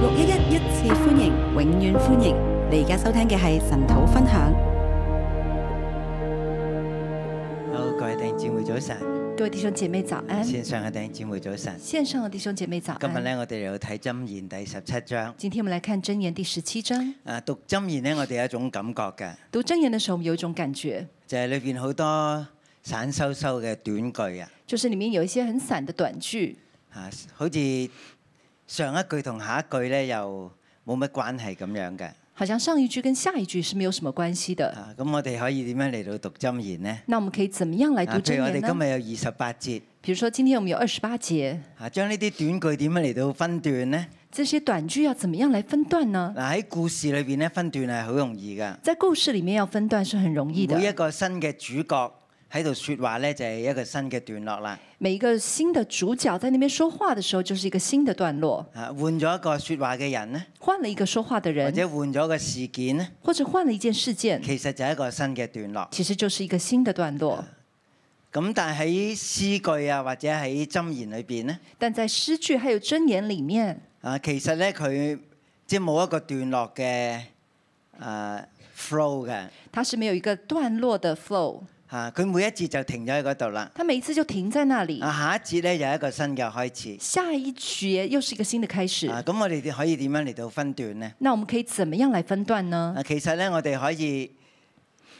六一一一次歡迎，永遠歡迎！你而家收聽嘅係神土分享。好，各位弟兄姊妹早晨，各位弟兄姐妹早安，線上嘅弟兄姊妹早晨。线上的弟兄姐妹早今日安。咧，我哋又睇《箴言》第十七章。今天我們來看箴言第十七章。啊，讀《箴言》咧，我哋有一種感覺嘅，讀箴言的時候，我們有一種感覺，就係裏邊好多散收收嘅短句啊，就是裡面有一些很散的短句，啊，好似上一句同下一句咧又冇乜關係咁樣嘅。好像上一句跟下一句是沒有什麼關係的。啊，咁我哋可以點樣嚟到讀《箴言》呢？那我們可以怎麼樣來讀啊，譬箴如我言哋呢今？日有二十八節，比如說，今天我們有二十八節，啊，將呢啲短句點樣嚟到分段呢？這些短句要怎麼樣來分段呢？嗱喺故事裏邊咧，分段係好容易㗎。在故事裡面要分段是很容易每一的，個新嘅主角喺度説話咧，就係一個新嘅段落啦。每一個新的主角在那邊說話的時候，就是一個新的段落。啊，換咗一個説話嘅人咧，換了一個說話的或人，者換咗個事件咧，或者換了一件事件，其實就係一個新嘅段落。啊其實就是一個新的段落。咁但係喺詩句啊，或者喺箴言裏邊咧，但在詩句還有箴言裡面，啊，其實咧佢即係冇一個段落嘅啊 flow 嘅。它是沒有一個段落的 flow，啊！佢每一節就停咗喺嗰度啦。它每一次就停在那裡。啊，下一節咧又係一個新嘅開下一節又是一個新的開始始。。啊，咁我哋可以點樣嚟到分段呢？那我們可以怎麼樣來分段呢？啊，其實咧，我哋可以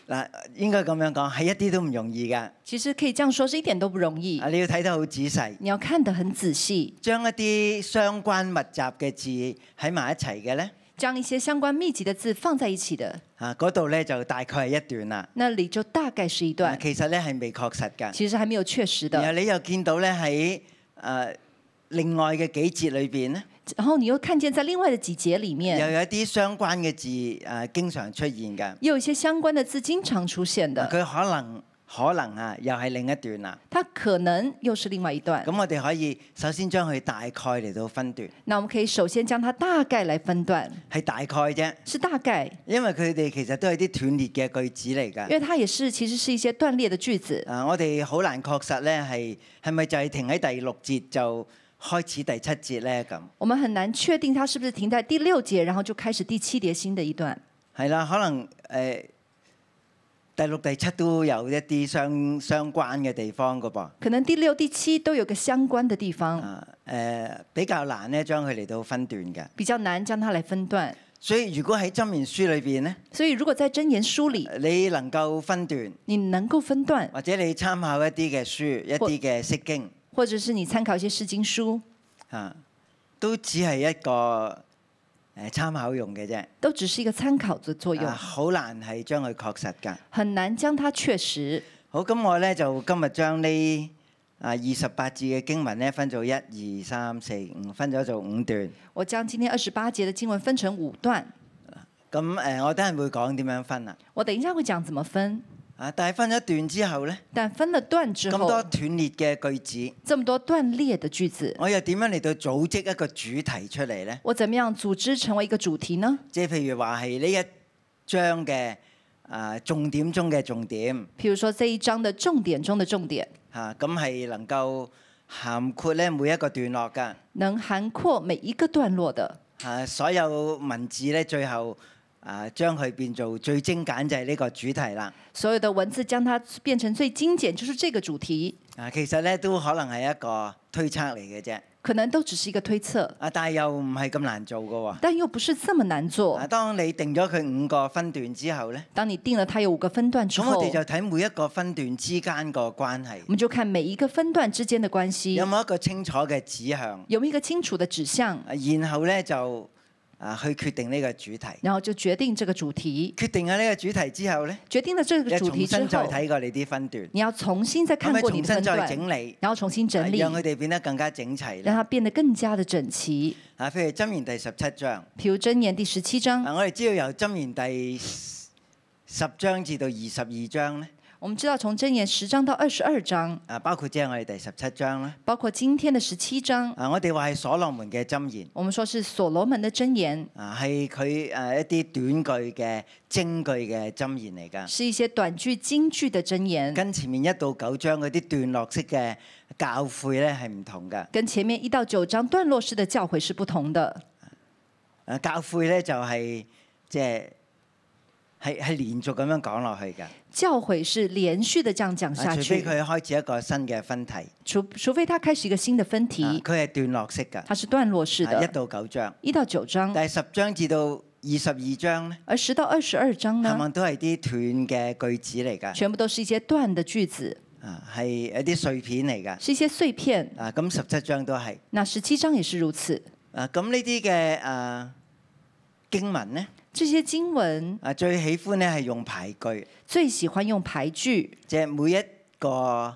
嗱，應該咁樣講，係一啲都唔容易噶。其實可以這樣說，是一點都不容易啊，。你要睇得好仔細，你要看得很仔細，將一啲相關密集嘅字喺埋一齊嘅咧，將一些相關密集的字放在一起的，啊，嗰度咧就大概係一段啦。那裡就大概是一啊段，其實咧係未確實㗎。其實還沒有確實然後的。你又見到咧喺呃誒另外嘅幾節裏邊咧，然後你又看見在另外的幾節裡又面，有一啲相關嘅字誒、啊經常出現㗎。也有一些相關的字經常出現啊的，佢可能可能啊，又係另一段啦。它可能又是另外一段。咁我哋可以首先將佢大概嚟到分段，那我們可以首先將它大概來分段，係大概啫。是大概，因為佢哋其實都係啲斷裂嘅句子嚟因㗎。為它也是其實是一些斷裂的句子，啊，我哋好難確實咧，係係咪就係停喺第六節就開始第七節咧？咁我們很難確定它是不是停在第六節，然後就開始第七節新的一段。係啦，可能誒、呃第六、第七都有一啲相相關嘅地方㗎噃。可能第六、第七都有個相關的地方，啊誒、比較難咧，將佢嚟到分段嘅。比較難將它來分段。所以如果喺箴言書裏邊咧，所以如果在箴言書裡，你能夠分段，你能夠分段，或者你參考一啲嘅書、一啲嘅釋經或者是你參考一些釋經書，啊，都只係一個誒參考用嘅啫。都只是一個參考的作用啊，好難係將佢確實㗎。很難將它確實。好，咁我咧就今日將呢啊二十八字嘅經文咧分做一二三四五，分咗做五段。我將今天二十八節的經文分成五段，咁誒、呃我等陣會講點樣分啦。我等一下會講怎麼分。啊，但係分咗段之後咧，但分了段之咁後，多斷裂嘅句子，這麼多斷裂的句子，我又點樣嚟到組織一個主題出嚟咧？我怎麼樣組織成為一個主題呢？即係譬如話係呢一章嘅啊重點中嘅重點譬如說這一章的重點中的重點，嚇，咁、係能夠涵括咧每一個段落㗎能涵括每一個段落的，嚇、啊所有文字咧最後啊將佢變做最精簡就係呢個主題啦。所有的文字將它變成最精簡，就是這個主題，啊，其實咧都可能係一個推測嚟嘅啫，可能都只是一個推測，啊，但係又唔係咁難做㗎但又不是這麼難喎。做啊，。當你定咗佢五個分段之後咧，當你定了它有五個分段之咁後，我哋就我睇每一個分段之間個關係，們就看每一個分段之間的關有係冇一個清楚嘅指向，有沒有一個清楚的指向，啊然後咧就啊去決定呢個主題。然後就決定這個主題。決定咗呢個主題之後咧，決定了這你個主重題之新再後，睇過你啲分段，你要重新再係看咪過你重的新分再段，整理，然後重新整理。讓啊佢哋變得更加整齊让啦。它變得更加的整齊。啊，譬如《箴言》第十七章，譬如箴言第十七章，啊，我哋知道由《箴言》第十章至到二十二章咧，我們知道從箴言十章到二十二章，啊，包括即係我哋第十七章啦。包括今天的十七章，啊，我哋話係所羅門嘅箴言，我們說是所羅門的箴言，啊，係佢誒一啲短句嘅精句嘅箴言嚟㗎。是一些短句金句的箴言，跟前面一到九章嗰啲段落式嘅教誨咧係唔同㗎。跟前面一到九章段落式的教�誨�是不同的。啊教诲咧就係即係係係連續咁樣講落去㗎。教诲是連續的這樣講啊下除去非，佢開始一個新嘅分題，啊除除非他開始一個新的分題，佢係段落式㗎，啊它是段落式啊一的，到九章，一到九章，但係十章至到二十二章咧，而十到二十二章冚呢，唪唥都係啲斷嘅句子嚟㗎，全部都是一些段的句子，啊係一啲碎片嚟㗎。是一些碎片。啊，咁十七章都係那十七章也是如此。啊，咁呢啲嘅啊經文咧，這些經文啊最喜歡咧係用排句，最喜歡用排句，即係每一個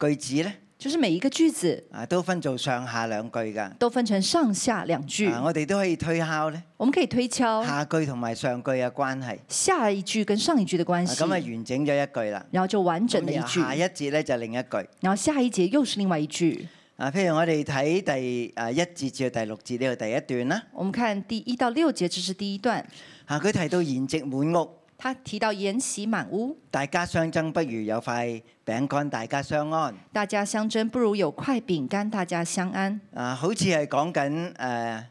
句子咧就是每一個句子啊都分做上下兩句㗎。都分成上下兩句。啊，我哋都可以推敲咧我們可以推敲下句同埋上句嘅關係，啊下一句跟上一句的關咁啊係，完整咗一句啦。然後就完整的咁一然後句，下一節咧就另一句。然後下一節又是另外一句。啊，譬如我哋睇第啊一節至到第六節呢度第一段啦。我們看第一到六節，這是第一段，啊，佢提到筵席滿屋，他提到筵席滿屋，大家相爭不如有塊餅乾，大家相安。大家相爭不如有塊餅乾，大家相安。啊，好似係講緊誒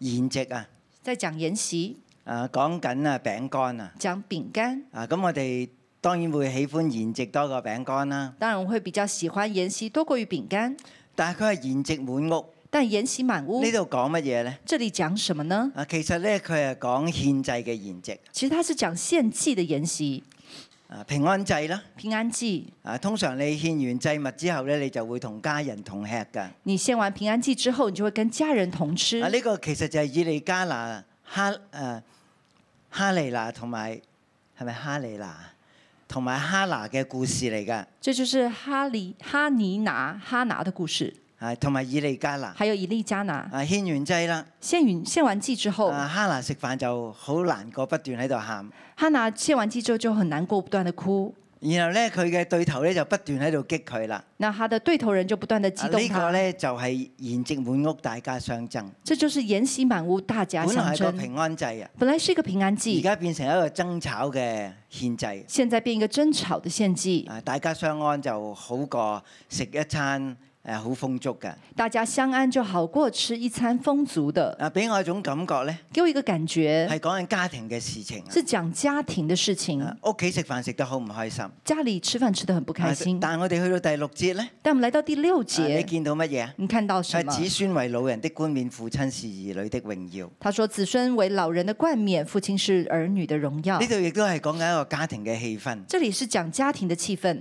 筵席啊，在講筵席，啊講緊啊餅乾啊，講餅乾，啊咁我哋當然會喜歡筵席多過餅乾啦。當然我會比較喜歡筵席多過於餅乾，但係佢係筵席滿屋，但筵席滿屋呢度講乜嘢呢？這裡講什麼呢？啊，其實呢，佢係講獻祭嘅筵席，其實它是講獻祭的筵席，啊平安祭啦。平安祭。啊，通常你獻完祭物之後呢，你就會同家人同吃㗎。啊，你獻完平安祭之後，你就會跟家人同吃。呢、個其實就係以利加拿哈誒、呃哈利娜同埋係咪哈利娜同埋哈拿嘅故事嚟㗎。这就是哈利哈尼拿哈拿的故事，啊，同埋以利加拿。還有以利加拿。啊，獻完祭啦，獻完獻完祭之後，啊哈拿食飯就好難過，不斷喺度喊。哈拿獻完祭之後就很難過，不斷的哭。然後咧，佢嘅對頭咧就不斷喺度激佢啦。那他的對頭人就不斷的啊激動呢他。個咧就係筵席滿屋，大家相爭。這就是筵席滿屋，大家本相來係個爭。平安祭啊，本來是一個平安而祭，家變成一個爭吵嘅獻祭。現在變一個爭吵的獻祭。啊，大家相安就好過食一餐誒好豐足嘅。大家相安就好過吃一餐豐足的。啊，俾我一種感覺咧，給我一個感覺，係講緊家庭嘅事情啊是講家庭的事情啊。，屋企食飯食得好唔開心。啊家裡吃飯吃得很不開心，但係我哋去到第六節咧，啊但我們來到第六你節，見到乜嘢啊？你看到什麼係？子孫為老人的冠冕，父親是兒女的榮耀。他說：“子孫为老人的冠冕，父親是兒女的榮耀呢。度亦都係講緊一個家庭嘅氣氛”。这里是講家庭的氣氛。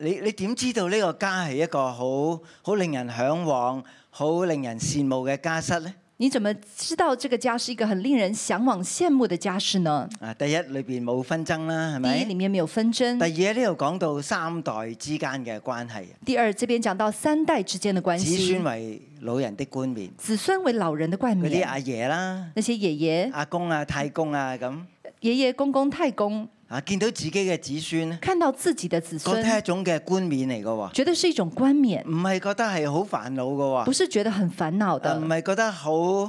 你你點知道呢個家係一個好好令人向往、好令人羨慕嘅家室呢？你怎麼知道這個家是一個很令人嚮往、羨慕的家室呢？啊，第一裏邊冇紛爭啦，係第一，咪？裡面沒有紛第爭；二喺呢度講到三代之間嘅關係，第二，這邊講到三代之間的關子係，孫為老人的冠冕，子孫為老人的冠嗰啲冕，阿爺啦、那些爺爺、阿公啊、太公啊咁爺爺、公公、太公，啊，見到自己嘅子孫咧，看到自己的子覺得係一孫，種嘅冠冕嚟嘅喎，覺得是一種冠冕，唔係覺得係好煩惱嘅喎不。是覺得很煩惱啊啊唔的，係覺得好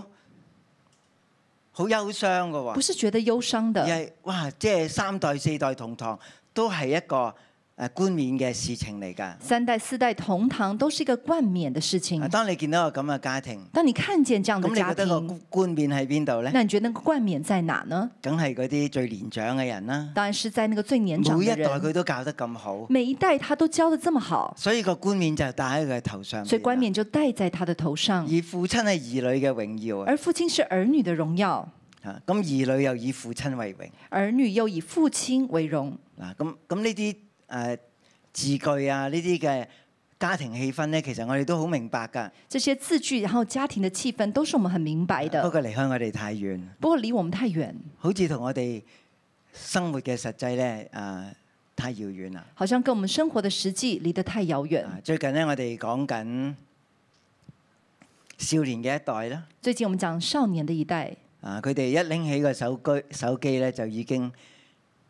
好憂傷嘅不喎，是覺得憂傷啊而的，係哇，即係三代四代同堂都係一個誒冠冕嘅事情嚟㗎。啊三代、四代同堂都是一個冠冕的事情。當你見到個咁嘅家庭，當你看見這樣咁的你家覺得個庭，冠冕喺邊度呢？那你覺得那個冠冕在哪呢？梗係嗰啲最年長嘅人啦，當然是在那個最年長每一的代人。佢都教得咁好，每一代他都教得這麼好，所以個冠冕就戴喺佢頭上。所以冠。冕就戴在他的頭上。而父親係兒女嘅榮耀啊而父親是兒女的榮耀，啊，咁兒女又以父親為榮兒女又以父親為榮。嗱，咁咁呢啲誒字句啊，呢啲嘅家庭氣氛咧，其實我哋都好明白㗎。這些字句，然後家庭的氣氛，都是我們很明白不的。過離開我哋太遠，不過離我們太遠，好似同我哋生活嘅實際咧啊太遙遠啦。好像跟我們生活的實際離得太遙遠。啊最近咧，我哋講緊少年嘅一代啦，最近我們講少年的一代，啊，佢哋一拎起個手機手機咧，就已經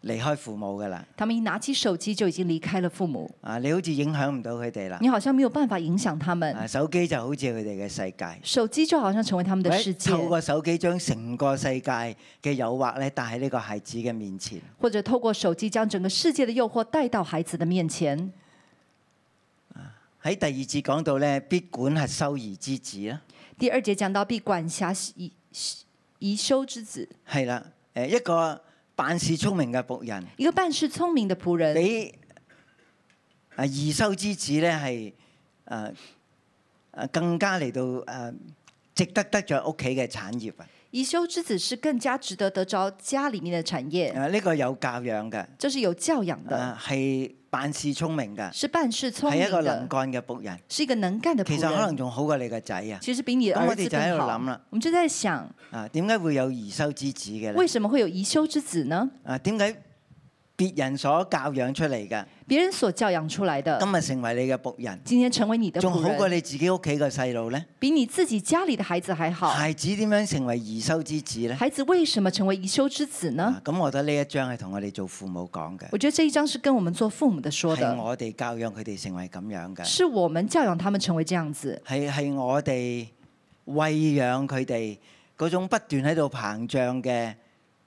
離開父母㗎啦。他們一拿起手機就已經離開了父母，啊，你好似影響唔到佢哋啦。你好像沒有辦法影響他們。啊，手機就好似佢哋嘅世界。手機就好像成為他們的或世者界，透過手機將成個世界嘅誘惑咧，帶喺呢個孩子嘅面前。或者透過手機將整個世界的誘惑帶到孩子的面前。喺第二節講到咧，必管係修兒之子啊啦，第二节讲到必管辖以以修之子，係啦，誒一個辦事聰明嘅仆人，一个办事聪明的仆人。你啊兒修之子咧係誒誒更加嚟到誒、呃值得得着屋企嘅產業啊！以修之子是更加值得得着家里面的产业，誒呢個有教養嘅，这是有教养的，誒係辦事聰明嘅，是办事聪係一明個的，能幹嘅仆人，是一个能干的仆其實可能人。仲好過你個仔啊！其实比你的咁我儿哋子就喺更度好諗啦。我们就在想，啊，點解會有兒修之子嘅为咧？什么会有宜修之子呢？啊，點解別人所教養出嚟嘅，别人所教养出来的，今日成為你嘅仆人，今天成为你的仲仆好過人，你自己屋企嘅細路咧？比你自己家里的孩子还好。孩子點樣成為兒修之子咧？孩子为什么成为宜修之子呢啊？咁、我覺得呢一章係同我哋做父母講嘅，我觉得这一章是跟我们做父母的说係的，我哋教養佢哋成為咁樣嘅，是我们教养他们成为这样子，係係我哋餵養佢哋嗰種不斷喺度膨脹嘅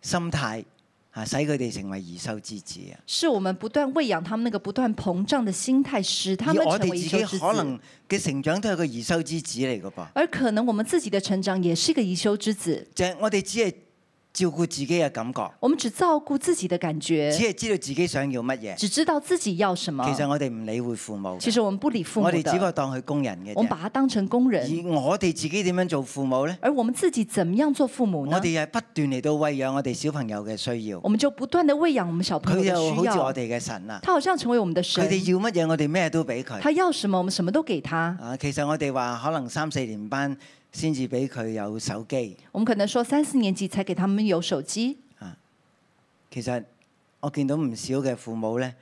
心態，啊，使佢哋成為兒修之子啊。是我们不断喂养他们那个不断膨胀的心态，使他而们我哋成为宜自修之己可子。能嘅成長都係個兒修之子嚟嘅噃。而可能我们自己的成长也是一个宜修之子，就係我哋只係照顧自己嘅感覺，我们只照顾自己的感只觉，係知道自己想要乜嘢。只知道自己要什么。其實我哋唔理會父母嘅，其实我们不理父母我哋只不過的，當佢工人嘅我们把啫。他当成工人。而我哋自己點樣做父母呢？而我们自己怎么样做父母我呢？哋係不斷嚟到餵養我哋小朋友嘅需要，我们就不断的喂养我们小朋友佢的就需好似我要。哋嘅神啦。他好像成为我们的佢神，哋要乜嘢，我哋咩都俾佢。他要什么，我们什么都给他。啊，其實我哋話可能三四年班先至俾佢有手機。我们可能说三四年级才给他们有手机，其實我見到唔少嘅父母呢，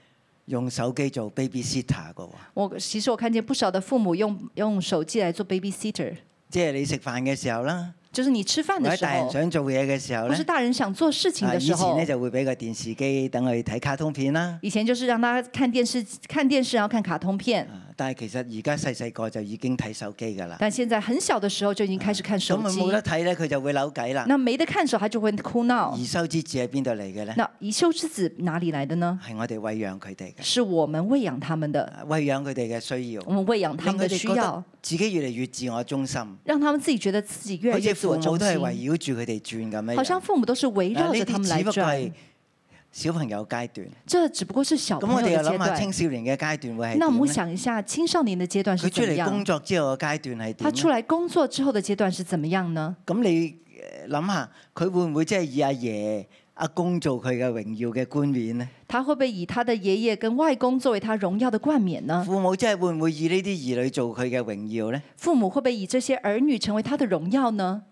用手機做 babysitter 嘅喎，我其实我看见不少的父母用用手机来做 babysitter，即係你食飯嘅時候啦，就是你吃饭或的者时大人候，想做嘢嘅時候或呢是。大人想做事情啊的以时前候咧，就會俾個電視機等佢睇卡通片啦，以前就是让他看电视、看电视，然后看卡通片。啊但係其實而家細細個就已經睇手機㗎啦。但现在很小的时候就已经开始看咁手佢机，冇得睇咧，佢就會扭計啦。那没得看的时候他就会哭闹而。修之子喺邊度嚟嘅咧？那以修之子哪里来的呢？係我哋餵養佢哋嘅，是我们喂养他们的，啊餵養佢哋嘅需要，我们喂养他令们佢的哋需要覺得，自己越嚟越自我中心，让他们自己觉得自己越来好越似自父我母中都係圍心，繞住佢哋轉咁樣樣。好像父母都是围啊绕呢着他啲們只来不過转係。小朋友階段，这只不过是小咁我哦朋哋友又的阶諗下青段。少年嘅階段會係那我點们咧？想一下，青少年的阶段是哎佢出怎么嚟工样？作之後嘅階段係他點出咧？来工作之后的阶段是怎么样呢？咁你呃諗下，佢會唔會即係以阿爺、阿公做佢嘅榮耀嘅冠冕呢？他会不会以他的爷爷跟外公作为他荣耀的冠冕呢？父母即係會唔會以呢啲兒女做佢嘅榮耀呢？父母会不会以这些儿女成为他的荣耀呢？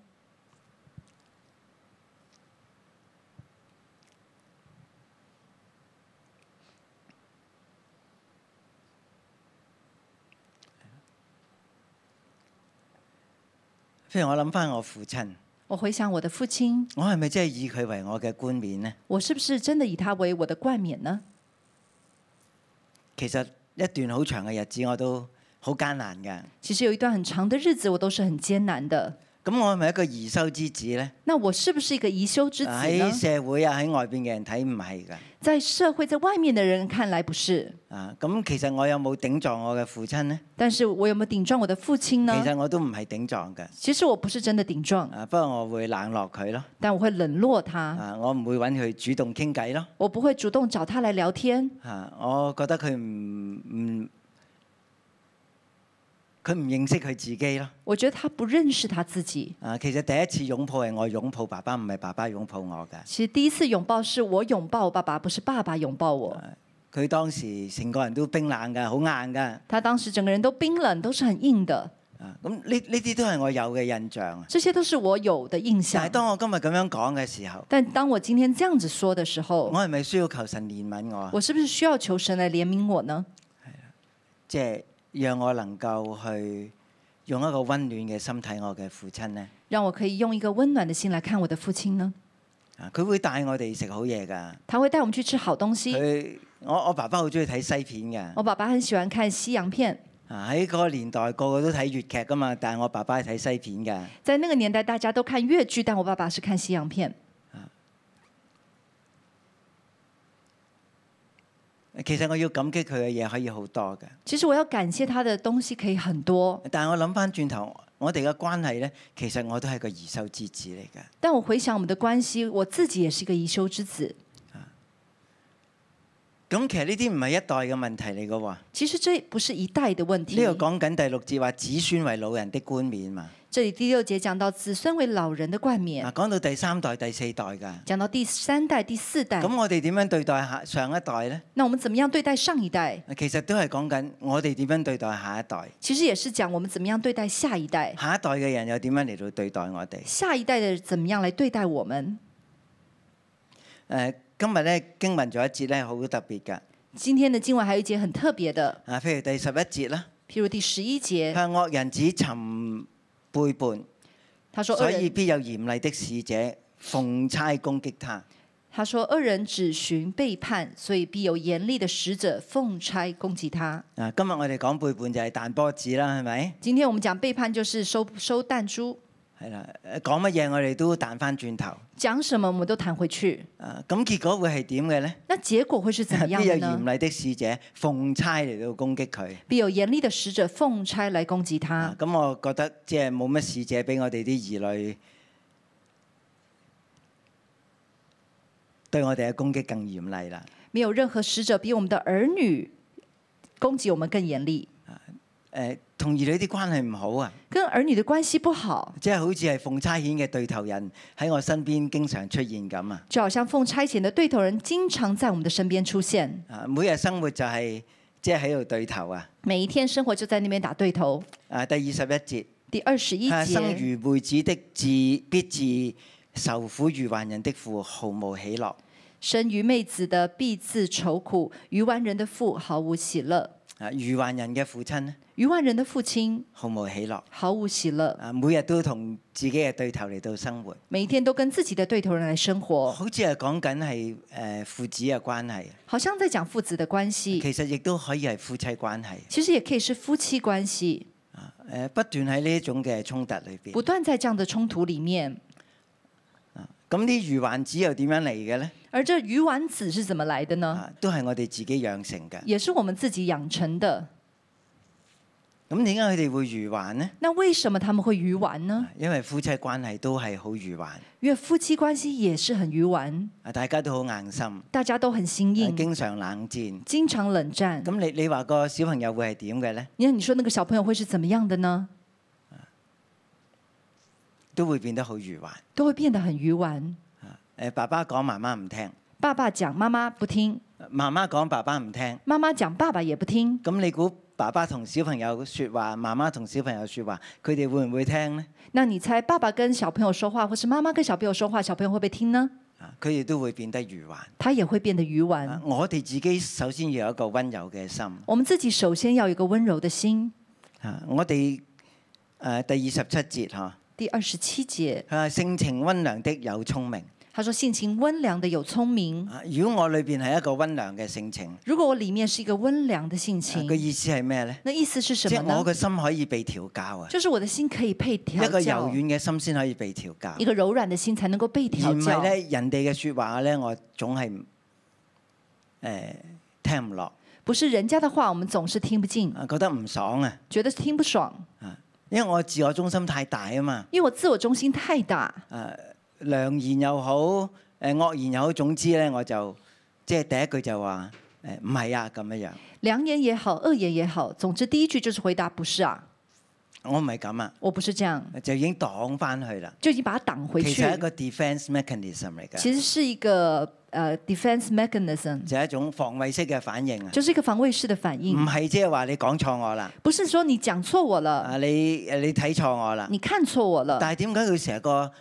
譬如我諗翻我父親，我回想我的父亲，我係咪真係以佢為我嘅冠冕呢？我是不是真的以他为我的冠冕呢？其實一段好長嘅日子我都好艱難㗎。其实有一段很长的日子，我都是很艰难的。咁我係咪一個兒修之子呢？那我是不是一个宜修之子喺呢？社會啊，喺外邊嘅人睇唔係㗎。在社会、在外面的人看来不是，啊，咁其實我有冇頂撞我嘅父親呢？但是我有没有顶撞我的父亲其呢？實我都唔係頂撞㗎。其实我不是真的顶撞，啊，不過我會冷落佢咯。但我会冷落他，啊，我唔會揾佢主動傾偈咯。我不会主动找他来聊天。啊，我覺得佢唔唔，佢唔認識佢自己咯。我覺得他不認識他自己。啊，其實第一次擁抱係我擁抱爸爸，唔係爸爸擁抱我㗎。其實第一次擁抱是我擁抱我爸爸，不是爸爸擁抱我。啊佢當時成個人都冰冷㗎，好硬㗎。他当时整個人都冰冷，都是很硬的。啊，咁呢呢啲都係我有嘅印象。啊这些都是我有的印但象係。當我今日咁樣講嘅時候，但當我今天這樣子說的時我候，係咪需要求神憐憫我啊？我是不是需要求神來憐憫我呢？即係讓我能夠去用一個温暖嘅心睇我嘅父親呢？讓我可以用一個溫暖的心來看我的父親呢？啊，佢會帶我哋食好嘢㗎。他會帶我們去吃好東西。佢我我爸爸好中意睇西片㗎。我爸爸很喜歡看西洋片，啊！喺嗰個年代，個個都睇粵劇㗎嘛，但係我爸爸係睇西片㗎。在那個年代大家都看粵劇，但我爸爸是看西洋片。誒、其實我要感激佢嘅嘢可以好多嘅，其实我要感谢他的东西可以很多，但係我諗翻轉頭，我哋嘅關係呢，其實我都係個兒修之子嚟嘅。但我回想我们的关系，我自己也是一个宜修之子。咁其實呢啲唔係一代嘅問題嚟嘅喎，其实这不是一代的问题。呢度講緊第六節話子孫為老人的冠冕嘛，这里第六节讲到子孙为老人的冠冕，啊講到第三代、第四代㗎。讲到第三代、第四代，咁我哋點樣對待下上一代呢？那我们怎么样对待上一代？其實都係講緊我哋點樣對待下一代，其实也是讲我们怎么样对待下一代，下一代嘅人又點樣嚟到對待我哋？誒、下一代的人怎么样来对待我们。呃今日咧經文仲有一節咧好特別㗎，今天的经文还有一节很特别的，啊，譬如第十一節啦，譬如第十一节，向惡人子尋背叛，他说恶所以人，必有嚴厲的使者奉差攻擊他。他说恶人只寻背叛，所以必有严厉的使者奉差攻击他。啊，今日我哋講背叛就係彈波子啦，係咪？今天我们讲背叛就是收收弹珠，係啦，誒講乜嘢我哋都彈翻轉頭。讲什么我们都弹回去，啊，咁結果會係點嘅呢？那结果会是怎么样 必有的嚴呢？厲的使者奉差嚟到攻擊佢。必有严厉的使者奉差来攻击啊他。咁、我覺得即係冇乜使者俾我哋啲兒女對我哋嘅攻擊更嚴厲啦。没有任何使者比我们的儿女攻击我们更严厉，誒、同兒女啲關係唔好啊，跟儿女的关系不好，即係好似係奉差遣嘅對頭人喺我身邊經常出現咁啊！就好像奉差遣的对头人经常在我们的身边出现，啊，每日生活就係、即係喺度對頭啊！每一天生活就在那边打对头。啊，第二十一節，第二十一啊生节，愚昧子的自必自受苦，愚頑人的父毫無喜樂。生愚昧子的必自愁苦，愚顽人的父毫无喜乐，啊，愚頑人嘅父親呢愚顽人的父亲毫無喜樂。毫无喜乐，啊，每日都同自己嘅對頭嚟到生活。每一天都跟自己的对头人来生活，好似係講緊係誒父子嘅關係，好像在讲父子的关系，其實亦都可以係夫妻關係。其实也可以是夫妻关系，誒不斷喺呢一種嘅衝突裏邊，不断在这样的冲突里面。咁啲魚環子又點樣嚟嘅咧？而这鱼丸子是怎么来的呢？啊，都係我哋自己養成嘅。也是我们自己养成的。咁點解佢哋會魚環呢？那为什么他们会鱼丸呢？因為夫妻關係都係好魚環，因为夫妻关系也是很鱼丸，啊大家都好硬心，啊大家都很心硬，經常冷戰。经常冷战。咁你你話個小朋友會係點嘅咧？你看，你说那个小朋友会是怎么样的呢？都會變得好魚環。都会变得很鱼丸。誒爸爸講媽媽唔聽，爸爸讲，妈妈不听；媽媽講爸爸唔聽。妈妈讲，爸爸也不听。咁你估爸爸同小朋友説話，媽媽同小朋友説話，佢哋會唔會聽呢？那你猜，爸爸跟小朋友说话，或是妈妈跟小朋友说话，小朋友会不会听呢？啊，佢哋都會變得愚頑。他也会变得鱼丸啊。我哋自己首先要有一個温柔嘅心。我们自己首先要有一个温柔的心。啊，我哋誒、呃第二十七節嚇，第二十七节，佢話性情温良的有聰明。他说：“性情温良的有聪明，啊，如果我裏邊係一個温良嘅性情，啊如果我里面是一个温良的性情，個、意思係咩呢？那意思是什即么係我呢？個心可以被調教啊，就是我的心可以被调一個教，柔軟嘅心先可以被調教，一個柔软的心才能够被而调唔教係，咧人哋嘅説話咧，我總係唔誒聽唔落，不是人家的話我們總是聽不進，啊覺得唔爽啊。覺得聽不爽，因為我自我中心太大啊嘛，啊因為我自我中心太大，良言又好，誒、惡言又好，總之咧我就即係第一句就話誒唔係啊咁樣樣，良言也好，惡言也好，總之第一句就是回答不是啊，我唔係咁啊，我不是這樣，就已經擋翻去啦。就已經把它擋回其去實，係一個 defense mechanism 嚟㗎，其實是一個呃 defense mechanism，就係一種防衛式嘅反應啊。就是一個防衛式的反唔應，係即係話你講錯我啦，不是說你講錯我了，啊你誒你睇錯我啦。你看錯我了，但係點解佢成日個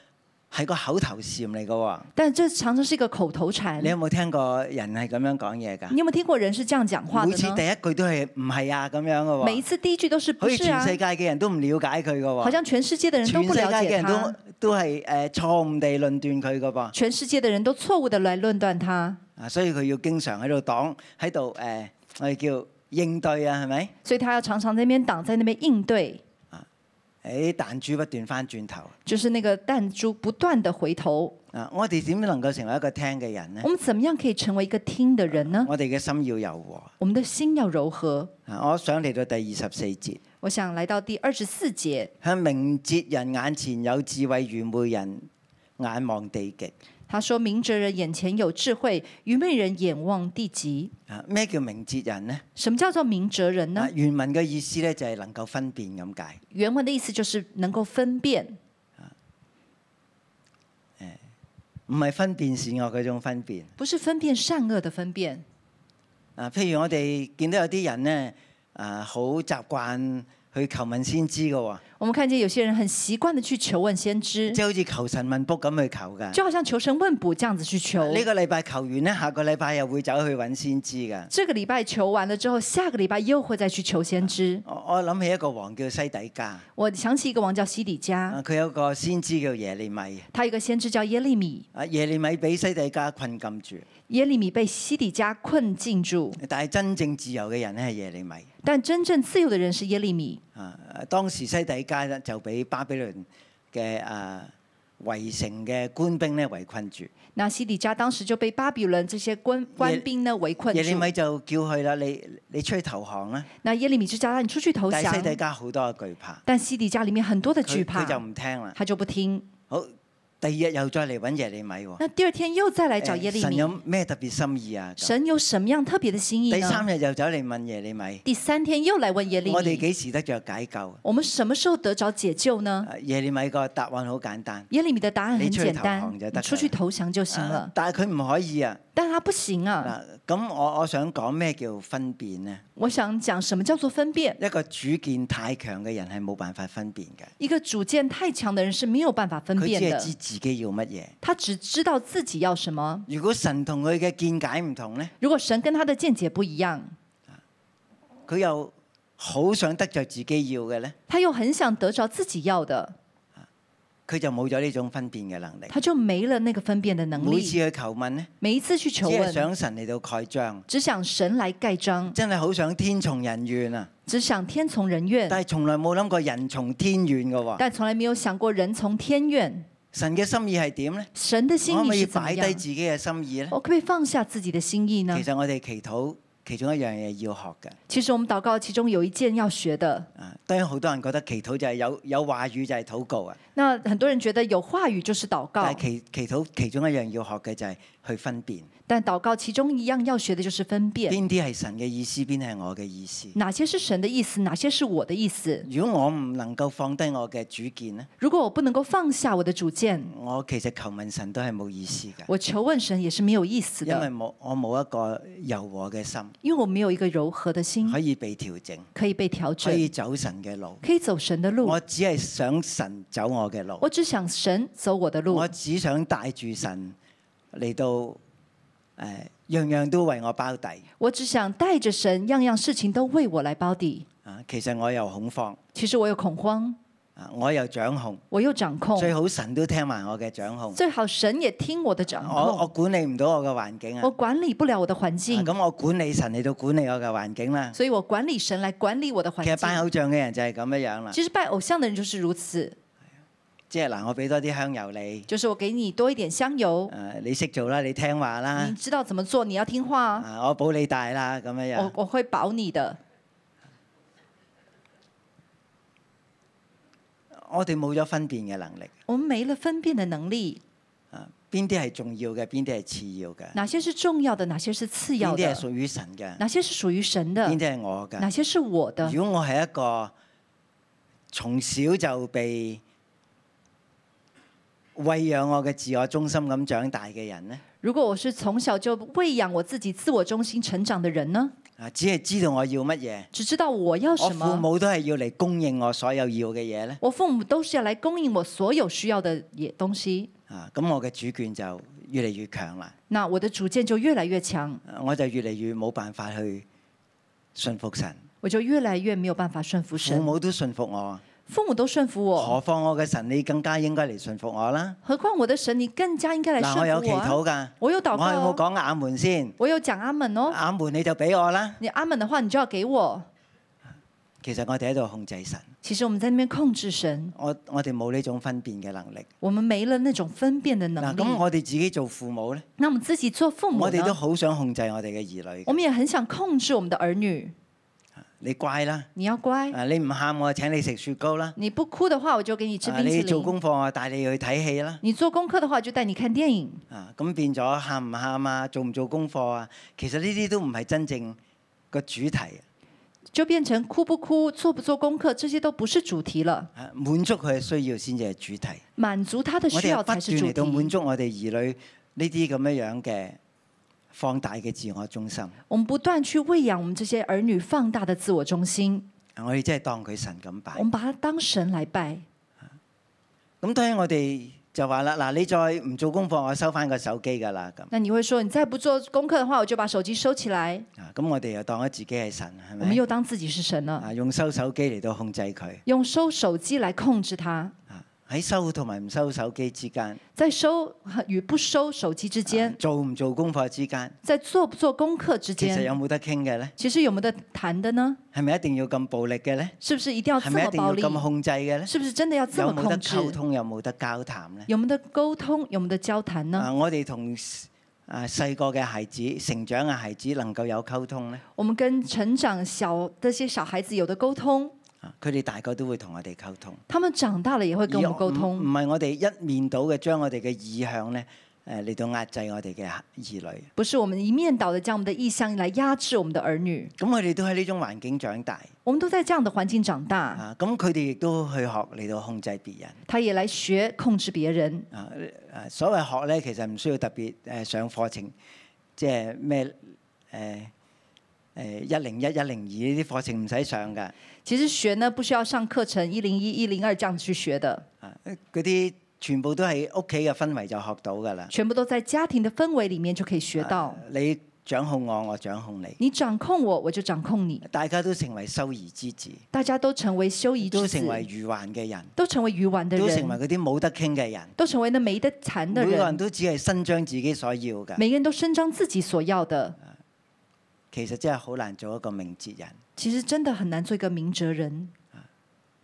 係個口頭禪嚟㗎喎？但這常常是一個口頭禪你。有冇聽過人係咁樣講嘢㗎？你有沒有聽過人是這樣講話每次的第呢？一句都係唔係啊咁樣㗎喎每一。次第一句都是好不似是全啊世，界嘅人都唔了解佢嘅喎，好像全世界的人都全不世界了嘅解人他，都都係誒錯誤地論斷佢嘅噃，全世界的人都錯誤的來論斷他，啊，所以佢要經常喺度擋，喺度呃誒，我哋叫應對啊，係咪？所以他要常常在那邊擋，在那邊應對。誒、誒彈珠不斷翻轉頭就是那个弹珠不断的回头。啊！我哋點能夠成為一個聽嘅人呢我？们怎么样可以成为一个听的人呢？我哋嘅心要柔和我们的心要柔和。啊！我想嚟到第二十四節，我想来到第二十四節，向明哲人眼前有智慧愚昧人眼望地極他说：“明哲人眼前有智慧，愚昧人眼望地极。啊！咩叫明哲人呢？”什么叫做明哲人呢啊，？原文嘅意思咧就係能夠分辨咁解。原文的意思就是能够分辨，唔係分辨善惡嗰種分辨。不是分辨善恶的分辨。啊，譬如我哋見到有啲人呢，啊，好習慣去求問先知嘅喎，我们看见有些人很习惯的去求问先知即，係好似求神問卜咁去求㗎。啊就好像求神问卜这样子去求。呢個禮拜求完呢，下個禮拜又會走去揾先知㗎。这个礼拜求完了之后，下个礼拜又会再去求先知。我哦我諗起一個王叫西底家，我想起一个王叫西底啊家，佢有個先知叫耶利米，他有一个先知叫耶利米，啊耶利米俾西底家困禁住，耶利米被西底家困禁住，但係真正自由嘅人呢係耶利米。但真正自由的人是耶利米。啊，當時西底家咧就俾巴比倫嘅啊圍城嘅官兵咧圍困住，那西底家当时就被巴比伦这些官官兵呢围困耶利住，米就叫佢啦，你你出去投降啦。那耶利米就叫他你出去投但降係西，底家好多嘅懼怕，但西底家里面很多的惧佢佢怕，就唔聽啦。他就不聽。好，第二日又再嚟揾耶利米喎。那第二天又再来找誒耶利神米，有咩特別心意啊？咁神有什么样特别的心意第呢？三日又走嚟問耶利米，第三天又来问耶利我哋米，幾時得着解救？我们什么时候得着解救呢？啊耶利米個答案好簡單，耶利米的答案你很出去简投单降就，得你出了去投降就行啊了。但係佢唔可以啊。但他不行啊！嗱，咁我我想講咩叫分辨呢？我想讲什么叫做分辨？一個主見太強嘅人係冇辦法分辨嘅，一个主见太强的人是没有办法分佢辨只係的知，自己要乜嘢。他只知道自己要什么。如果神同佢嘅見解唔同呢，如果神跟他的见解不一样，佢又好想得着自己要嘅呢，他又很想得着自己要的，佢就冇咗呢種分辨嘅能力。他就没了那个分辨的能每次力。去求問呢，每一次去只求係问，想神嚟到蓋章，只想神来盖章，真係好想天從人願啊！只想天从人愿，但係從來冇諗過人從天願嘅喎。但从来没有想过人从天愿。神嘅心意係點呢？神的心我可唔可意以是怎么擺低样哦自？己嘅心意呢？我可不可以放下自己的心意呢其？實我哋祈禱其中一樣嘢要學嘅。其实我們禱告其中有一件要学的。啊，當然好多人覺得祈禱就係有有話語就係禱告啊，那很多人覺得有話語就是禱告但，係祈祈禱其中一樣要學嘅就係去分辨但禱告其中一樣要學的就是分辨，邊啲係神嘅意思，邊啲係我嘅意思。哪些是神的意思，哪些是我的意思。如果我唔能夠放低我嘅主見呢，如果我不能夠放下我的主見，我其實求問神都係冇意思嘅。我求問神也是沒有意思因為的，冇我冇一個柔和嘅心，因為我沒有一個柔和的心可以被調整，可以被調可以整，走神嘅路。可以走神的路我。只係想神走我嘅路，我只想神走我的路我，只想帶住神嚟到誒、呃，樣樣都為我包底我只想帶着神，樣樣事情都為我來包底。啊！其實我又恐慌其實我有恐慌，啊，我又掌控，我又掌控，最好神都聽埋我嘅掌控。最好神也聽我的掌我控我。管理唔到我嘅環境啊，我啊管理不了我的环境，咁我管理神嚟到管理我嘅環境啦。所以我管理神来管理我的环其實拜境。偶像嘅人就係咁樣樣啦，其实拜偶像的人就是如此，即係嗱，我俾多啲香油你，就是我给你多一点香油誒、，你識做啦，你聽話啦你，知道怎么做，你要听话啊，啊，我啊保你大啦，咁樣我樣。我会保你的。我哋冇咗分辨嘅能力，我们没了分辨的能力，啊，邊啲係重要嘅，邊啲係次要嘅，哪些是重要的，哪些是次邊要啲係的，屬於神嘅，哪些是属于神的邊，啲係我哪嘅。嗯些是我的。如果我係一個從小就被餵養我嘅自我中心咁長大嘅人呢，如果我是从小就喂养我自己自我中心成长的人呢，啊，只係知道我要乜嘢，只知道我要我什哦父么，母都係要嚟供應我所有要嘅嘢呢。我父母都是要来供应我所有需要的也东西，啊，咁我嘅主權就越嚟越強啦，那我的主见就越来越强。啊我就越嚟越冇辦法去信服神，我就越来越没有办法顺服父神。母都信服我。父母都顺服我，何況我嘅神，你更加應該嚟信服我啦。何况我的神，你更加应该来顺嗱，我有祈服我啊、禱㗎，我有我祷告有啊、冇講阿門先？我有讲阿门哦。阿門你就俾我啦。你阿门的话，你就要给我。其實我哋喺度控制神，其其实我们在那边控制神，我我哋冇呢種分辨嘅能力。我们没了那种分辨的能嗱，力。咁我哋自己做父母咧，那我们自己做父母我哋都呢，好想控制我哋嘅兒女我嘅。们也很想控制我们的儿女。你乖啦，你要乖，啊你唔喊我請你食雪糕啦，你不哭的话，我就给你吃啊冰淇你淋；做功課我帶你去睇戲啦。你做功课的话，就带你看电影。啊，咁變咗喊唔喊啊，做唔做功課啊，其實呢啲都唔係真正個主題，啊就变成哭不哭、做不做功课，这些都不是主题了。啊滿足佢嘅需要先至係主題。满足他的我需哋係要才不斷是主嚟到滿题。足我哋兒女呢啲咁樣樣嘅放大嘅自我中心，啊我们不断去喂养我们这些儿女放大的自我中心，啊我哋真係當佢神咁拜我。们把他当神来拜。咁當然我哋就話啦，嗱，你再唔做功課，我收翻個手機㗎啦，咁那你会说，你再不做功課的話，我就把手機收起來。啊，咁我哋又當咗自己係神，係我們咪？又當自己是神了，啊，用收手機嚟到控制佢，用收手機來控制他，啊，喺收同埋唔收手機之間，在收與不收手機之啊間，做唔做功課之間，在做不做功課之其實有間，冇得傾嘅咧？其實有沒有得談的呢？係咪一定要咁暴力嘅咧？是不是一定要係這咪一麼定暴要力？咁控制嘅咧？是不是真的要這有麼冇得控制？溝通？有冇得交談咧？有沒有得溝通？有沒有得交談呢？啊，我哋同 s- 啊細個嘅孩子、成長嘅孩子能夠有溝通咧，我們跟成長小這些小孩子有的溝通，啊，佢哋大個都會同我哋溝通。他們長大了也會跟我們溝而唔通，唔係我哋一面倒嘅將我哋嘅意向咧，誒嚟到壓制我哋嘅兒女。不是我們一面倒的將我們的意向來壓制我們的兒女。咁佢哋都喺呢種環境長大我們都在這樣的環境長大。啊！咁佢哋亦都去學嚟到控制別人他也来学控制别人。啊！誒所謂學咧，其實唔需要特別誒上課程，即係咩誒誒一零一、一零二呢啲課程唔使上㗎其实学呢，不需要上課程一零一、一零二这样去學的，啊！嗰啲全部都係屋企嘅氛圍就學到㗎啦。啊全部都在家庭的氛圍裡面就可以學到。你掌控我，我掌控你，你掌控我，我就掌控你，大家都成為修兒之子，大家都成為修儀都之成為子，愚頑嘅人。都成為愚顽的都成為人，嗰啲冇得傾嘅人。都成為那沒得談的每個人人。都只係伸張自己所要嘅，每個人都伸張自己所要的，其實真係好難做一個明哲人。其實真的很難做一個明哲人。